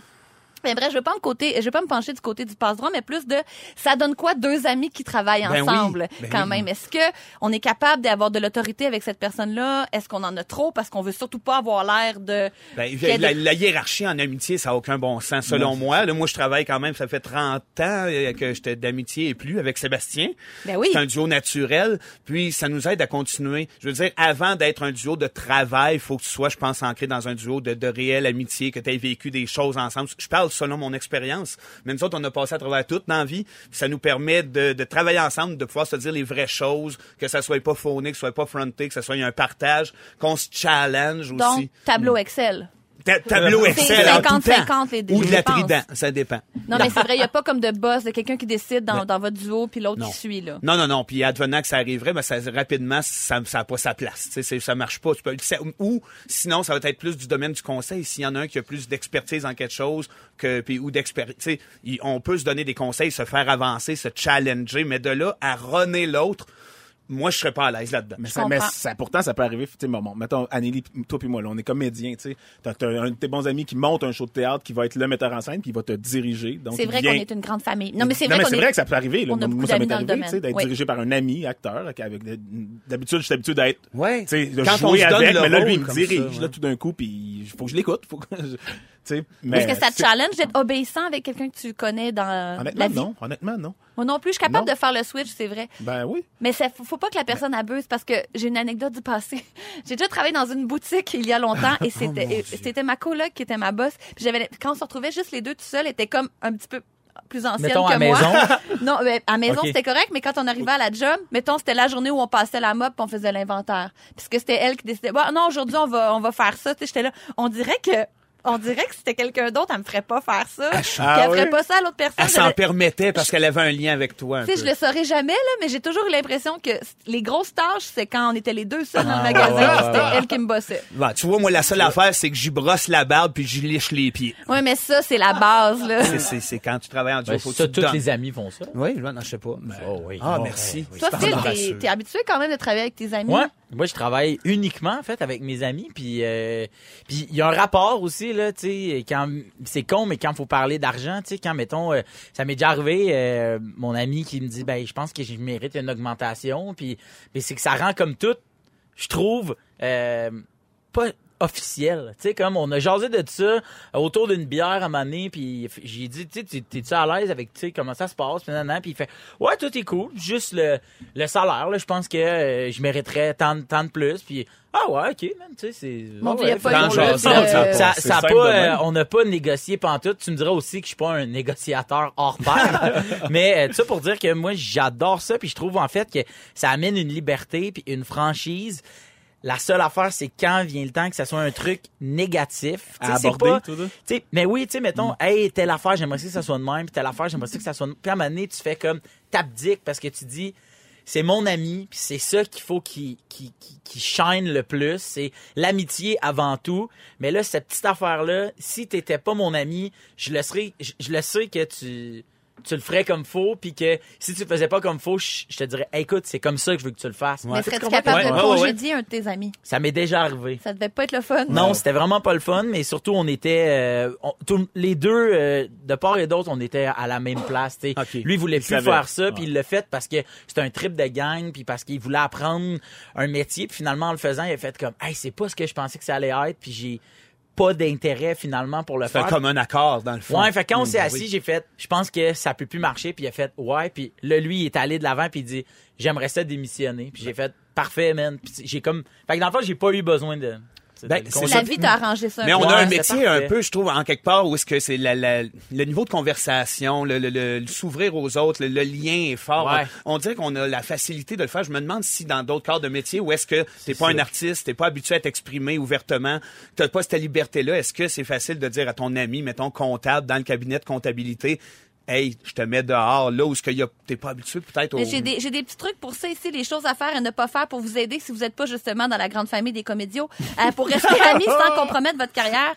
Speaker 3: Mais bref, je vais pas me côté, je vais pas me pencher du côté du passe-droit, mais plus de ça donne quoi deux amis qui travaillent
Speaker 5: Ben oui,
Speaker 3: ensemble
Speaker 5: ben
Speaker 3: quand
Speaker 5: oui.
Speaker 3: même. Est-ce que on est capable d'avoir de l'autorité avec cette personne-là Est-ce qu'on en a trop parce qu'on veut surtout pas avoir l'air de
Speaker 5: Ben,
Speaker 3: qu'il y a
Speaker 5: la,
Speaker 3: des-
Speaker 5: la hiérarchie en amitié, ça n'a aucun bon sens, selon moi. Là, moi, je travaille quand même, ça fait 30 ans euh, que j'étais d'amitié et plus avec Sébastien.
Speaker 3: Ben oui.
Speaker 5: C'est un duo naturel, puis ça nous aide à continuer. Je veux dire, avant d'être un duo de travail, il faut que tu sois, je pense, ancré dans un duo de, de réelle amitié, que tu aies vécu des choses ensemble. Je parle selon mon expérience, mais nous autres, on a passé à travers toute dans la vie, puis ça nous permet de, de travailler ensemble, de pouvoir se dire les vraies choses, que ça soit pas fauné, que ça soit pas fronté, que ça soit un partage, qu'on se challenge aussi.
Speaker 3: donc tableau Excel.
Speaker 5: Ta- tableau
Speaker 3: C'est
Speaker 5: Excel. en tout
Speaker 3: 50-50
Speaker 5: temps.
Speaker 3: les deux,
Speaker 5: Ou de la
Speaker 3: je pense.
Speaker 5: trident, ça dépend.
Speaker 3: Non, mais c'est vrai, il y a pas comme de boss, de quelqu'un qui décide dans, dans votre duo puis l'autre
Speaker 5: Non.
Speaker 3: qui suit là.
Speaker 5: Non, non, non. Puis advenant que ça arriverait, mais ça, rapidement, ça n'a pas sa place. Tu sais, c'est- ça marche pas. Tu peux- ça- ou sinon, ça va être plus du domaine du conseil. S'il y en a un qui a plus d'expertise en quelque chose que, puis, ou d'expérience, tu sais, il- on peut se donner des conseils, se faire avancer, se challenger, mais de là à runner l'autre, moi, je serais pas à l'aise là-dedans.
Speaker 6: Mais, ça, mais
Speaker 3: comprends.
Speaker 6: ça- pourtant, ça peut arriver. Tu sais, bon, bon, mettons, Anneli, pis- toi puis moi, là, on est comédiens, tu sais. T'as, t'as un de tes bons amis qui monte un show de théâtre, qui va être le metteur en scène, puis il va te diriger. Donc,
Speaker 3: C'est
Speaker 6: il
Speaker 3: vrai
Speaker 6: vient-
Speaker 3: qu'on est une grande famille. Non, mais c'est vrai, qu'on est-
Speaker 6: que ça peut arriver. là.
Speaker 3: on a beaucoup
Speaker 6: Moi, ça
Speaker 3: d'amis
Speaker 6: m'est
Speaker 3: dans le
Speaker 6: arrivé, tu sais,
Speaker 3: domaine.
Speaker 6: d'être
Speaker 3: Oui.
Speaker 6: dirigé par un ami, acteur, avec des- d'habitude, je suis habitué d'être,
Speaker 5: Ouais.
Speaker 6: tu sais, de
Speaker 5: Quand on
Speaker 6: jouer
Speaker 5: se donne
Speaker 6: avec,
Speaker 5: le
Speaker 6: mais là, lui,
Speaker 5: rôle
Speaker 6: il me
Speaker 5: comme
Speaker 6: dirige,
Speaker 5: ça,
Speaker 6: là,
Speaker 5: ouais.
Speaker 6: tout d'un coup, puis il faut que je l'écoute, faut que, <laughs> je- tu sais, mais.
Speaker 3: Est-ce que ça te
Speaker 6: Ben, c'est-
Speaker 3: challenge d'être obéissant avec quelqu'un que tu connais dans la
Speaker 6: Honnêtement,
Speaker 3: vie?
Speaker 6: non. Honnêtement, non.
Speaker 3: Moi non plus, je suis capable
Speaker 6: Non.
Speaker 3: de faire le switch, c'est vrai.
Speaker 6: Ben oui.
Speaker 3: Mais ça, faut, faut pas que la personne abuse parce que j'ai une anecdote du passé. <laughs> J'ai déjà travaillé dans une boutique il y a longtemps
Speaker 6: <laughs> Oh
Speaker 3: et c'était et c'était ma coloc qui était ma boss. Puis j'avais quand on se retrouvait juste les deux tout seuls, elle était comme un petit peu plus ancienne
Speaker 4: Mettons,
Speaker 3: que moi.
Speaker 4: à maison.
Speaker 3: <laughs> non, mais à maison
Speaker 4: Ok.
Speaker 3: c'était correct, mais quand on arrivait à la job, mettons c'était la journée où on passait la mop, puis on faisait l'inventaire. Puisque c'était elle qui décidait. Bon, non, aujourd'hui on va on va faire ça. Tu sais, j'étais là. On dirait que on dirait que c'était quelqu'un d'autre, elle me ferait pas faire ça.
Speaker 6: Ah
Speaker 3: Puis elle ferait
Speaker 6: oui?
Speaker 3: pas ça à l'autre personne.
Speaker 5: Elle s'en
Speaker 3: J'avais-
Speaker 5: Ah, permettait parce qu'elle avait un lien avec toi. un
Speaker 3: tu sais,
Speaker 5: peu.
Speaker 3: je le saurais jamais, là, mais j'ai toujours eu l'impression que c- les grosses tâches, c'est quand on était les deux seuls
Speaker 5: Ah,
Speaker 3: dans le magasin,
Speaker 4: ouais,
Speaker 3: puis c'était
Speaker 4: ouais, ouais.
Speaker 3: elle qui me bossait.
Speaker 5: Ouais, tu vois, moi, la seule affaire, c'est que j'y brosse la barbe puis j'y liche les pieds.
Speaker 3: Ouais, mais ça, c'est la base, là.
Speaker 5: C'est- C'est c'est quand tu travailles en duo,
Speaker 4: Ben,
Speaker 5: faut que
Speaker 4: ça,
Speaker 5: tu te
Speaker 4: tous
Speaker 5: donnes.
Speaker 4: les amis font ça.
Speaker 5: Oui, je non, je sais pas. mais-
Speaker 4: Oh oui.
Speaker 5: Ah,
Speaker 4: Oh,
Speaker 5: merci.
Speaker 4: oui,
Speaker 3: Toi,
Speaker 5: C'est
Speaker 3: Phil, t'es-
Speaker 5: embarrasseux.
Speaker 3: t'es habitué quand même de travailler avec tes amis.
Speaker 4: Ouais. Moi, je travaille uniquement en fait avec mes amis, puis euh, puis il y a un rapport aussi là, tu sais, quand c'est con, mais quand faut parler d'argent, tu sais, quand mettons, euh, ça m'est déjà arrivé, euh, mon ami qui me dit, ben, je pense que je mérite une augmentation, puis mais c'est que ça rend comme tout, je trouve, euh, pas officiel, tu sais, comme on a jasé de ça autour d'une bière à un moment donné, puis j'ai dit, tu sais, t'es- t'es-tu à l'aise avec, tu sais, comment ça se passe, puis nan, nan, puis il fait, ouais, tout est cool, juste le, le salaire, là, je pense que euh, je mériterais tant, de- tant de plus, puis ah ouais, ok, même, tu sais, c'est...
Speaker 3: Mon
Speaker 4: ah
Speaker 3: Dieu, y a
Speaker 4: ouais,
Speaker 3: pas
Speaker 4: fait-
Speaker 5: eu de-
Speaker 4: genre, ça-
Speaker 3: euh,
Speaker 4: ça-
Speaker 6: c'est
Speaker 4: ça a
Speaker 6: simple
Speaker 4: pas,
Speaker 6: de
Speaker 4: euh,
Speaker 6: même.
Speaker 4: on n'a pas négocié pantoute, tu me diras aussi que je suis pas un négociateur hors pair, mais euh, tout ça pour dire que moi, j'adore ça, puis je trouve en fait que ça amène une liberté, puis une franchise, la seule affaire, c'est quand vient le temps que ça soit un truc négatif. Tu sais,
Speaker 6: À
Speaker 4: c'est
Speaker 6: aborder,
Speaker 4: pas-
Speaker 6: tout ça.
Speaker 4: tu sais, mais oui, tu sais, mettons, hey, telle affaire, j'aimerais ça que ça soit de même, puis telle affaire, j'aimerais ça que ça soit de même. Puis à un moment donné, tu fais comme t'abdiques parce que tu dis, c'est mon ami, puis c'est ça qu'il faut qui qui qui shine le plus, c'est l'amitié avant tout. Mais là, cette petite affaire-là, si t'étais pas mon ami, je le serais, je, je le sais que tu tu le ferais comme faux, puis que si tu le faisais pas comme faux, je, je te dirais, Hey, écoute, c'est comme ça que je veux que tu le fasses.
Speaker 3: Mais
Speaker 5: Ouais.
Speaker 3: serais-tu
Speaker 5: Ouais,
Speaker 3: capable de
Speaker 5: ouais, ouais.
Speaker 3: congédier un de tes amis?
Speaker 4: Ça m'est déjà arrivé.
Speaker 3: Ça devait pas être le fun.
Speaker 4: Non, c'était vraiment pas le fun, mais surtout on était euh, on- tout- les deux euh, de part et d'autre, on était à la même place. tu sais.
Speaker 5: Ok.
Speaker 4: Lui il voulait plus
Speaker 6: savait.
Speaker 4: faire ça, puis il l'a fait parce que c'était un trip de gang, puis parce qu'il voulait apprendre un métier, puis finalement en le faisant, il a fait comme, hey, c'est pas ce que je pensais que ça allait être, puis j'ai pas d'intérêt finalement pour le
Speaker 5: C'est
Speaker 4: faire.
Speaker 5: comme un accord, dans le fond.
Speaker 4: Ouais, fait quand on
Speaker 5: Mm,
Speaker 4: s'est
Speaker 5: oui.
Speaker 4: assis, j'ai fait, je pense que ça peut plus marcher, puis il a fait, ouais, puis là, lui, il est allé de l'avant, puis il dit, j'aimerais ça démissionner, puis j'ai fait, parfait, man, puis j'ai comme, fait que dans le fond, j'ai pas eu besoin de. c'est
Speaker 5: Ben,
Speaker 4: de le
Speaker 5: c'est
Speaker 4: concevoir.
Speaker 3: La vie t'a arrangé ça.
Speaker 5: Mais on
Speaker 3: peu.
Speaker 5: a un
Speaker 4: Ouais, c'est
Speaker 5: métier un
Speaker 4: parfait.
Speaker 5: peu, je trouve, en quelque part, où est-ce que c'est la- la- le niveau de conversation, le, le- le- le s'ouvrir aux autres, le, le lien est fort.
Speaker 4: Ouais.
Speaker 5: On, on dirait qu'on a la facilité de le faire. Je me demande si dans d'autres corps de métier, où est-ce que t'es pas un artiste, t'es pas habitué à t'exprimer ouvertement, t'as pas cette liberté-là, est-ce que c'est facile de dire à ton ami, mettons comptable dans le cabinet de comptabilité, hey, je te mets dehors, là où ce que y a- t'es pas habitué peut-être au...
Speaker 3: Mais J'ai des, j'ai des petits trucs pour ça ici, les choses à faire et ne pas faire pour vous aider si vous n'êtes pas justement dans la grande famille des comédios. Euh, pour rester amis sans compromettre votre carrière,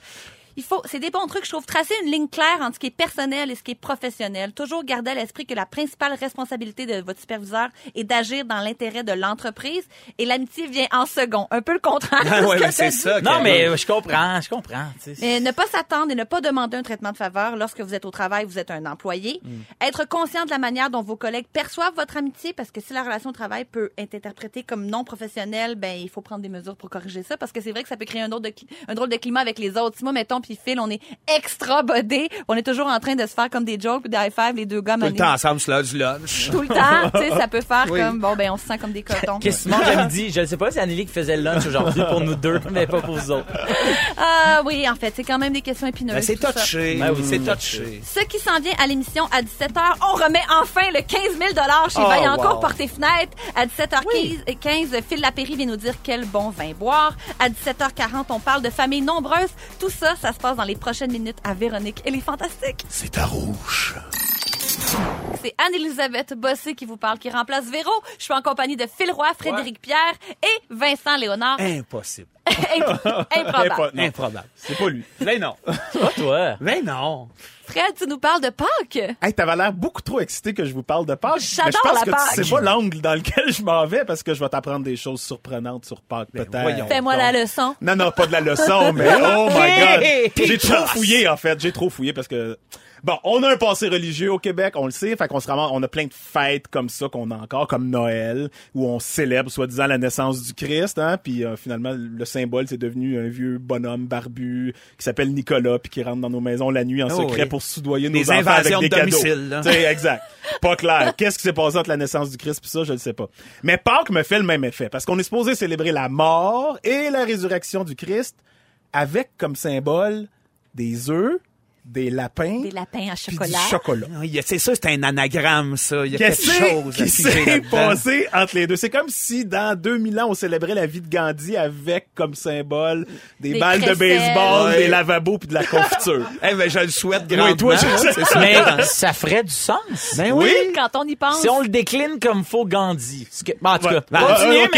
Speaker 3: il faut, c'est des bons trucs, je trouve. Tracer une ligne claire entre ce qui est personnel et ce qui est professionnel. Toujours garder à l'esprit que la principale responsabilité de votre superviseur est d'agir dans l'intérêt de l'entreprise et l'amitié vient en second. Un peu le
Speaker 5: <laughs>
Speaker 3: contraire. de
Speaker 5: Ah,
Speaker 3: ce
Speaker 5: <laughs> ouais,
Speaker 3: que
Speaker 5: mais c'est
Speaker 3: t'as dit.
Speaker 5: ça.
Speaker 4: Non,
Speaker 5: que-
Speaker 4: mais je comprends, je comprends. tu sais.
Speaker 3: Mais ne pas s'attendre et ne pas demander un traitement de faveur lorsque vous êtes au travail, vous êtes un employé.
Speaker 5: Mm.
Speaker 3: Être conscient de la manière dont vos collègues perçoivent votre amitié, parce que si la relation au travail peut être interprétée comme non professionnelle, ben il faut prendre des mesures pour corriger ça, parce que c'est vrai que ça peut créer un, drôle de cli- un drôle de climat avec les autres. Si moi, mettons, puis Phil, on est extra bodé, on est toujours en train de se faire comme des jokes, des high five, les deux gars,
Speaker 5: Tout le temps ensemble sur l'heure du lunch.
Speaker 3: tout le temps, tu sais, ça peut faire
Speaker 5: <laughs> Oui.
Speaker 3: comme, bon, ben on se sent comme des cotons.
Speaker 4: Qu'est-ce que tu manges à midi? Je ne sais pas si Anneli qui faisait le lunch aujourd'hui pour nous deux, <laughs> mais pas pour vous autres.
Speaker 3: Ah oui, en fait, c'est quand même des questions épineuses.
Speaker 5: Ben, c'est
Speaker 3: tout ça.
Speaker 5: touché.
Speaker 4: Ben oui,
Speaker 5: c'est
Speaker 4: c'est
Speaker 5: touché.
Speaker 3: Ce qui s'en vient à l'émission à 17h, on remet enfin le 15 000 chez
Speaker 5: Oh,
Speaker 3: Vaillancourt,
Speaker 5: wow.
Speaker 3: portée fenêtre. À 17h15, Phil Lapéry vient nous dire quel bon vin boire. À 17h40, on parle de familles nombreuses. Tout ça, ça se passe dans les prochaines minutes à Véronique. Elle est fantastique.
Speaker 5: C'est à rouge.
Speaker 3: C'est Anne-Elisabeth Bossé qui vous parle, qui remplace Véro. Je suis en compagnie de Phil Roy, Frédéric Pierre et Vincent Léonard.
Speaker 5: Impossible.
Speaker 3: <laughs> Imp- Improbable.
Speaker 6: Non.
Speaker 5: Improbable.
Speaker 6: C'est pas lui. Ben <laughs>
Speaker 5: Mais non.
Speaker 4: Pas toi.
Speaker 5: Mais non.
Speaker 3: Fred, tu nous parles de Pâques?
Speaker 6: Hey, t'avais l'air beaucoup trop excité que je vous parle de Pâques.
Speaker 3: J'adore
Speaker 6: mais je pense
Speaker 3: la
Speaker 6: que
Speaker 3: Pâques.
Speaker 6: tu sais pas l'angle dans lequel je m'en vais parce que je vais t'apprendre des choses surprenantes sur Pâques,
Speaker 5: Ben, voyons
Speaker 6: peut-être.
Speaker 3: Fais-moi
Speaker 6: Donc-
Speaker 3: la leçon.
Speaker 6: Non, non, pas de la
Speaker 3: <laughs>
Speaker 6: leçon, mais oh my
Speaker 4: Hey,
Speaker 6: god. J'ai
Speaker 4: t'es
Speaker 6: trop
Speaker 4: classe.
Speaker 6: fouillé, en fait. J'ai trop fouillé parce que, bon, on a un passé religieux au Québec, on le sait. Fait qu'on se ramasse, on a plein de fêtes comme ça qu'on a encore, comme Noël, où on célèbre, soi-disant, la naissance du Christ, hein. Puis, euh, finalement, le symbole, c'est devenu un vieux bonhomme barbu qui s'appelle Nicolas puis qui rentre dans nos maisons la nuit en
Speaker 5: Oh
Speaker 6: secret
Speaker 5: oui.
Speaker 6: pour soudoyer
Speaker 5: Des
Speaker 6: nos enfants avec
Speaker 5: invasions
Speaker 6: des
Speaker 5: de
Speaker 6: cadeaux.
Speaker 5: domicile, là.
Speaker 6: Tu sais, exact. Pas clair. <laughs> Qu'est-ce qui s'est passé entre la naissance du Christ puis ça, je ne sais pas. Mais Pâques me fait le même effet parce qu'on est supposé célébrer la mort et la résurrection du Christ avec comme symbole des œufs, des lapins,
Speaker 3: Des lapins à
Speaker 6: puis du
Speaker 3: chocolat.
Speaker 6: chocolat.
Speaker 5: Non, il y a- C'est ça, c'est un anagramme, ça. Il y a quelque
Speaker 6: Qu'est-ce
Speaker 5: chose à
Speaker 6: qui
Speaker 5: figer
Speaker 6: s'est
Speaker 5: là-dedans.
Speaker 6: passé entre les deux? C'est comme si dans 2000 ans, on célébrait la vie de Gandhi avec comme symbole des,
Speaker 3: Des
Speaker 6: balles de
Speaker 3: crécelles.
Speaker 6: baseball,
Speaker 5: Ouais.
Speaker 6: des lavabos puis de la confiture.
Speaker 5: Eh ben, je le souhaite grandement.
Speaker 6: Oui, toi, je-
Speaker 5: C'est ça.
Speaker 4: Mais ça ferait du sens.
Speaker 5: Ben
Speaker 6: oui.
Speaker 3: Quand on y pense.
Speaker 4: Si on le décline comme faux Gandhi. Ce que- Bon, en tout
Speaker 6: Ouais.
Speaker 4: cas,
Speaker 6: Ouais,
Speaker 4: continue,
Speaker 6: ouais, ok,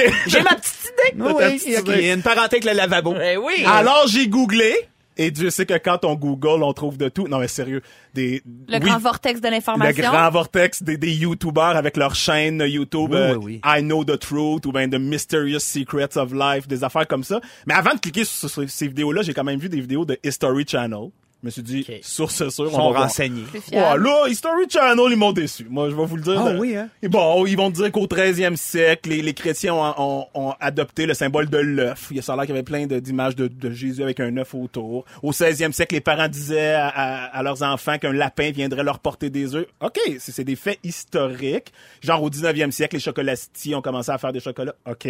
Speaker 4: mais
Speaker 6: ok.
Speaker 4: <laughs> j'ai ma petite idée.
Speaker 5: Oui,
Speaker 6: T'as une petite
Speaker 5: il y a- il y a une parenté avec le lavabo.
Speaker 4: Eh
Speaker 6: Ben
Speaker 4: oui.
Speaker 3: Euh.
Speaker 6: Alors j'ai googlé et Dieu sait que quand on Google, on trouve de tout. Non mais sérieux, des
Speaker 3: Le
Speaker 6: oui,
Speaker 3: grand vortex de
Speaker 6: le
Speaker 3: l'information.
Speaker 6: grand vortex des, des YouTubers avec leur chaîne YouTube
Speaker 5: Oui,
Speaker 6: euh,
Speaker 5: oui, oui.
Speaker 6: I Know the Truth ou ben The Mysterious Secrets of Life, des affaires comme ça. Mais avant de cliquer sur, sur ces vidéos-là, j'ai quand même vu des vidéos de History Channel. Je me suis dit,
Speaker 4: Ok.
Speaker 6: sur ce sûr,
Speaker 5: Ils
Speaker 6: on
Speaker 5: sont
Speaker 6: va voir.
Speaker 5: renseignés.
Speaker 3: Plus fiable.
Speaker 6: Ouais, Oh, là, History Channel, ils m'ont déçu. Moi, je vais vous le dire.
Speaker 5: Ah
Speaker 6: Euh,
Speaker 5: oui, hein?
Speaker 6: et Bon, ils vont dire qu'au 13e siècle, les, les chrétiens ont, ont- ont adopté le symbole de l'œuf. Il y a ça là qu'il y avait plein de- d'images de, de Jésus avec un œuf autour. Au 16e siècle, les parents disaient à, à- à leurs enfants qu'un lapin viendrait leur porter des œufs. OK, c'est c'est des faits historiques. Genre, au 19e siècle, les chocolatiers ont commencé à faire des chocolats. OK.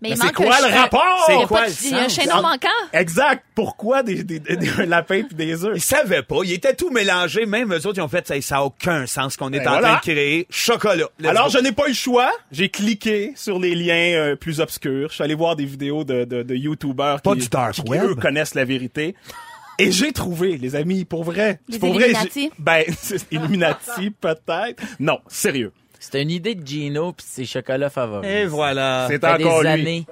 Speaker 6: Mais,
Speaker 3: il
Speaker 6: c'est
Speaker 3: manque
Speaker 6: quoi
Speaker 3: un
Speaker 6: le
Speaker 3: che-
Speaker 6: rapport?
Speaker 3: Il y a
Speaker 5: C'est quoi
Speaker 3: pas de-
Speaker 5: le
Speaker 3: Il y a un
Speaker 5: sens?
Speaker 3: chaînon manquant.
Speaker 6: Exact. Pourquoi des, des- des- des- un lapin puis des œufs?
Speaker 5: Ils savaient pas. Ils étaient tout mélangés. Même eux autres, ils ont fait, ça n'a aucun sens qu'on est
Speaker 6: Ben
Speaker 5: en
Speaker 6: voilà.
Speaker 5: train de créer. Chocolat. Let's
Speaker 6: Alors,
Speaker 5: go.
Speaker 6: je n'ai pas eu le choix. J'ai cliqué sur les liens euh, plus obscurs. Je suis allé voir des vidéos de, de, de YouTubers
Speaker 5: Pas
Speaker 6: qui,
Speaker 5: du dark
Speaker 6: qui,
Speaker 5: web.
Speaker 6: eux, connaissent la vérité. Et j'ai trouvé, les amis, pour vrai.
Speaker 3: Les
Speaker 6: pour vrai,
Speaker 3: Illuminati.
Speaker 6: j'ai- Ben, <laughs> c'est Illuminati, peut-être. Non, sérieux.
Speaker 4: C'est une idée de Gino puis ses chocolats favoris.
Speaker 5: Et voilà.
Speaker 6: C'est
Speaker 4: Ça fait
Speaker 6: Eh, encore
Speaker 4: des
Speaker 6: lui.
Speaker 4: années.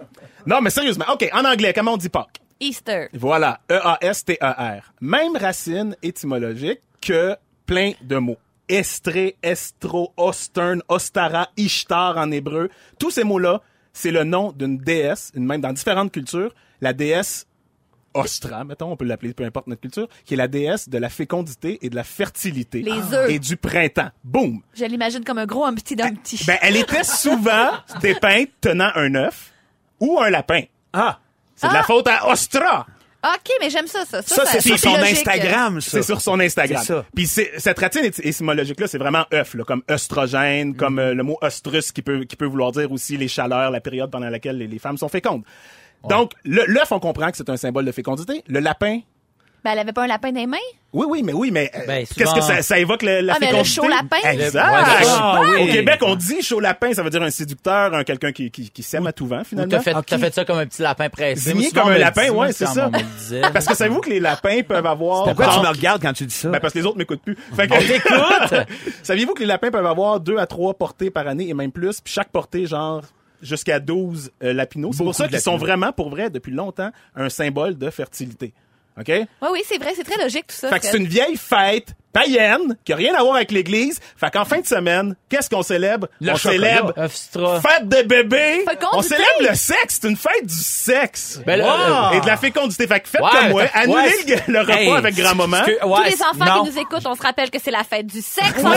Speaker 6: Non, mais sérieusement. OK, en anglais, comment on dit Pâques?
Speaker 3: Easter.
Speaker 6: Voilà, E E-A-S-T-E-R. Même racine étymologique que plein de mots. Estré, estro, ostern, ostara, ishtar en hébreu. Tous ces mots-là, c'est le nom d'une déesse, une même dans différentes cultures, la déesse Ostra, mettons, on peut l'appeler peu importe notre culture, qui est la déesse de la fécondité et de la fertilité.
Speaker 3: Les œufs.
Speaker 6: Et du printemps. Boum!
Speaker 3: Je l'imagine comme un gros, un petit d'un petit.
Speaker 6: Ben, elle était
Speaker 3: <laughs>
Speaker 6: souvent dépeinte tenant un œuf ou un lapin.
Speaker 5: Ah.
Speaker 6: C'est de la
Speaker 3: Ah!
Speaker 6: faute à Ostra!
Speaker 3: OK, mais j'aime ça, ça.
Speaker 5: Ça, c'est sur son
Speaker 3: logique.
Speaker 5: Instagram, ça.
Speaker 6: C'est sur son Instagram.
Speaker 5: C'est ça.
Speaker 6: Puis c'est- cette ratine éty- étymologique-là, c'est vraiment œuf, là, comme œstrogène,
Speaker 4: Mm.
Speaker 6: comme euh, le mot ostrus qui peut, qui peut vouloir dire aussi les chaleurs, la période pendant laquelle les, les femmes sont fécondes. Donc, le- l'œuf, on comprend que c'est un symbole de fécondité. Le lapin,
Speaker 2: Ben, elle avait pas un lapin dans les mains?
Speaker 6: oui, oui, mais oui, mais euh,
Speaker 4: Ben,
Speaker 6: qu'est-ce
Speaker 4: souvent-
Speaker 6: que ça, ça évoque le- la
Speaker 2: Ah, mais le
Speaker 6: fécondité?
Speaker 2: chaud lapin.
Speaker 4: Le-
Speaker 6: Exact.
Speaker 4: Ouais,
Speaker 6: Ah,
Speaker 4: super.
Speaker 6: oui. Au
Speaker 4: oui.
Speaker 6: Québec, on dit chaud lapin, ça veut dire un séducteur, un quelqu'un qui, qui, qui s'aime à tout vent,
Speaker 4: Ou
Speaker 6: finalement.
Speaker 4: t'as fait,
Speaker 6: Ok.
Speaker 4: t'as fait ça comme un petit lapin pressé.
Speaker 6: Zigné
Speaker 4: Moi, souvent,
Speaker 6: comme
Speaker 4: on
Speaker 6: un
Speaker 4: me le
Speaker 6: lapin,
Speaker 4: dit,
Speaker 6: ouais,
Speaker 4: moi,
Speaker 6: c'est
Speaker 4: quand
Speaker 6: ça.
Speaker 4: on me le disait.
Speaker 6: Parce que savez-vous que les lapins peuvent avoir...
Speaker 5: Pourquoi tu
Speaker 6: trente-
Speaker 5: me regardes quand tu dis ça?
Speaker 6: Ben, parce que les autres m'écoutent plus. Fait que- <laughs> Saviez-vous que les lapins peuvent avoir deux à trois portées par année et même plus, puis chaque portée, genre, jusqu'à 12 euh, lapineaux. C'est pour ça
Speaker 5: de
Speaker 6: qu'ils sont
Speaker 5: lapineaux.
Speaker 6: vraiment, pour vrai, depuis longtemps, un symbole de fertilité. OK?
Speaker 3: Oui, oui, c'est vrai, c'est très logique tout ça. Euh,
Speaker 6: Fait que
Speaker 3: Fred.
Speaker 6: c'est une vieille fête païenne qui a rien à voir avec l'Église. Fait qu'en fin de semaine, qu'est-ce qu'on célèbre?
Speaker 5: Le
Speaker 6: on
Speaker 5: chocolat.
Speaker 6: célèbre
Speaker 4: Œuf Stra.
Speaker 6: fête des bébés.
Speaker 3: Fécondité.
Speaker 6: On célèbre le sexe. C'est une fête du sexe.
Speaker 4: Ben là,
Speaker 6: Et de la fécondité. Fait que faites
Speaker 4: Ouais,
Speaker 6: comme moi.
Speaker 4: ouais,
Speaker 6: Annulez
Speaker 4: c'est-
Speaker 6: le, le repas
Speaker 4: Hey,
Speaker 6: avec grand-maman.
Speaker 4: excuse-
Speaker 3: Tous
Speaker 4: ouais,
Speaker 3: les enfants
Speaker 4: non.
Speaker 3: qui nous écoutent, on se rappelle que c'est la fête du sexe. On va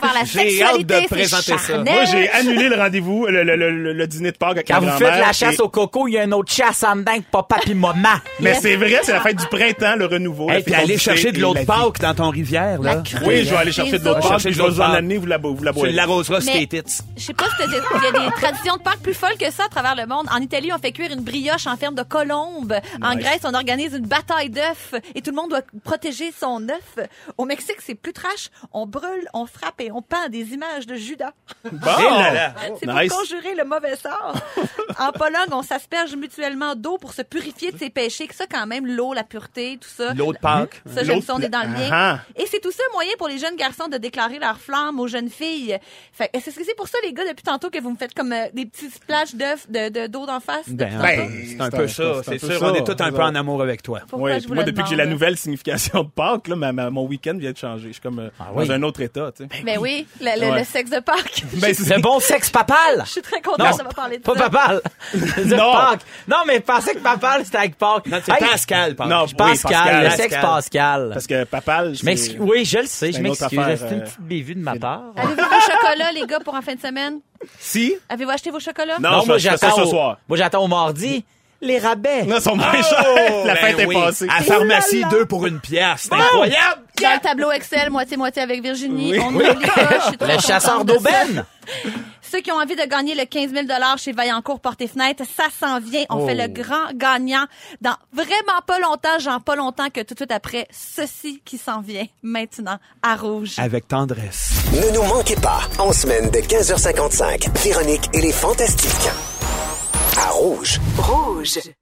Speaker 3: faire la
Speaker 5: J'ai
Speaker 3: sexualité,
Speaker 5: hâte de
Speaker 3: c'est
Speaker 5: présenter ça.
Speaker 3: charnel.
Speaker 6: Moi, j'ai annulé le rendez-vous, le, le, le, le- le dîner de Pâques avec
Speaker 4: Quand
Speaker 6: ma
Speaker 4: vous
Speaker 6: grand-mère,
Speaker 4: faites la chasse
Speaker 6: et-
Speaker 4: au coco, il y a une autre chasse en dedans que papa
Speaker 6: <laughs>
Speaker 4: pis maman.
Speaker 6: Mais c'est vrai, c'est la fête du printemps, le renouveau.
Speaker 5: Hey,
Speaker 6: la
Speaker 5: puis aller
Speaker 6: fécondité
Speaker 5: chercher de
Speaker 6: et
Speaker 5: l'eau de
Speaker 6: la vie.
Speaker 5: Pâques dans ton rivière,
Speaker 3: La
Speaker 5: là.
Speaker 3: crue.
Speaker 6: Oui, je vais aller chercher de l'eau de
Speaker 3: Les
Speaker 6: Pâques,
Speaker 5: autres.
Speaker 6: puis je vais vous en
Speaker 5: Pâques.
Speaker 6: amener, vous la, bo- vous la
Speaker 5: Tu
Speaker 6: boirez.
Speaker 5: l'arroseras
Speaker 3: Mais-
Speaker 5: sur tes tits.
Speaker 3: Je sais pas si t'as- il y a des traditions de Pâques plus folles que ça à travers le monde. En Italie, on fait cuire une brioche en ferme de colombes. En
Speaker 6: Nice.
Speaker 3: Grèce, on organise une bataille d'œufs et tout le monde doit protéger son œuf. Au Mexique, c'est plus trash. On brûle, on frappe et on peint des images de Judas.
Speaker 6: Bon.
Speaker 5: Eh là là.
Speaker 3: C'est
Speaker 6: Oh, Nice.
Speaker 3: pour conjurer le mauvais sort. en Pologne, on s'asperge mutuellement d'eau pour se purifier de ses péchés. Que ça, quand même, l'eau, la pureté, tout ça.
Speaker 5: L'eau de Pâques.
Speaker 3: Ça, j'aime
Speaker 6: L'autre
Speaker 3: ça, on est dans le
Speaker 6: pla-
Speaker 3: bien.
Speaker 6: Ah.
Speaker 3: Et c'est tout ça un moyen pour les jeunes garçons de déclarer leur flamme aux jeunes filles. Fait, est-ce que c'est pour ça, les gars, depuis tantôt, que vous me faites comme euh, des petits splashes d'œuf, de, de- d'eau d'en face? depuis
Speaker 5: Ben,
Speaker 3: tantôt?
Speaker 6: Ben,
Speaker 5: C'est un peu ça, Oh. c'est sûr. On est tous un peu en amour avec toi.
Speaker 3: Pourquoi
Speaker 6: Ouais,
Speaker 3: je
Speaker 6: puis
Speaker 3: vous
Speaker 6: moi,
Speaker 3: le
Speaker 6: depuis que j'ai la
Speaker 3: demande?
Speaker 6: nouvelle signification de Pâques, là, ma- ma- mon week-end vient de changer. Je suis comme euh,
Speaker 4: oui.
Speaker 6: dans un autre état, tu sais.
Speaker 3: Ben oui, le, le-
Speaker 6: Ouais.
Speaker 3: le sexe de Pâques.
Speaker 6: Ben, c'est-
Speaker 4: Le bon sexe papal.
Speaker 3: <laughs> Je suis très contente
Speaker 4: Non,
Speaker 3: d'avoir parlé de
Speaker 4: Pas
Speaker 3: ça.
Speaker 6: <laughs>
Speaker 4: papal. Je veux dire
Speaker 6: Non.
Speaker 4: Pâques. Non, mais je pensais que papal, c'était avec Pâques.
Speaker 5: Non, c'est
Speaker 4: Hey,
Speaker 5: Pascal, Pâques.
Speaker 6: Non,
Speaker 5: Je pense-
Speaker 4: Pascal,
Speaker 6: Pascal,
Speaker 4: le
Speaker 6: Pascal.
Speaker 4: sexe Pascal.
Speaker 6: Parce que papal,
Speaker 4: Je
Speaker 6: c'est-
Speaker 4: m'excuse. Oui, je le sais, je
Speaker 6: une autre
Speaker 4: m'excuse.
Speaker 6: affaire,
Speaker 4: C'était une
Speaker 6: euh,
Speaker 4: petite bévue de ma part.
Speaker 3: Avez-vous vos chocolats, les gars, pour en fin de semaine?
Speaker 6: Si?
Speaker 3: Avez-vous acheté vos chocolats?
Speaker 6: Non.
Speaker 4: moi,
Speaker 6: je fais ça
Speaker 4: j'attends
Speaker 6: ce
Speaker 4: au-
Speaker 6: soir.
Speaker 4: Moi, j'attends au mardi. Les rabais.
Speaker 6: Non, ils sont moins
Speaker 5: Oh, <laughs>
Speaker 6: chers. <laughs> La
Speaker 5: ben
Speaker 6: fête
Speaker 5: oui.
Speaker 6: est passée.
Speaker 5: À pharmacie, deux pour une pièce. C'est incroyable.
Speaker 3: Dans le tableau Excel, moitié-moitié avec Virginie.
Speaker 6: Oui.
Speaker 3: On oublie pas, je suis très
Speaker 4: Le chasseur
Speaker 3: contente de ça.
Speaker 4: d'aubaine.
Speaker 3: Ceux qui ont envie de gagner le 15 000 chez Vaillancourt Porte et Fenêtre, ça s'en vient. On fait le grand gagnant dans vraiment pas longtemps, genre pas longtemps que tout de suite après, ceci qui s'en vient maintenant à Rouge.
Speaker 5: Avec tendresse.
Speaker 1: Ne nous manquez pas, en semaine de 15h55, Véronique et les Fantastiques. À Rouge.
Speaker 7: Rouge.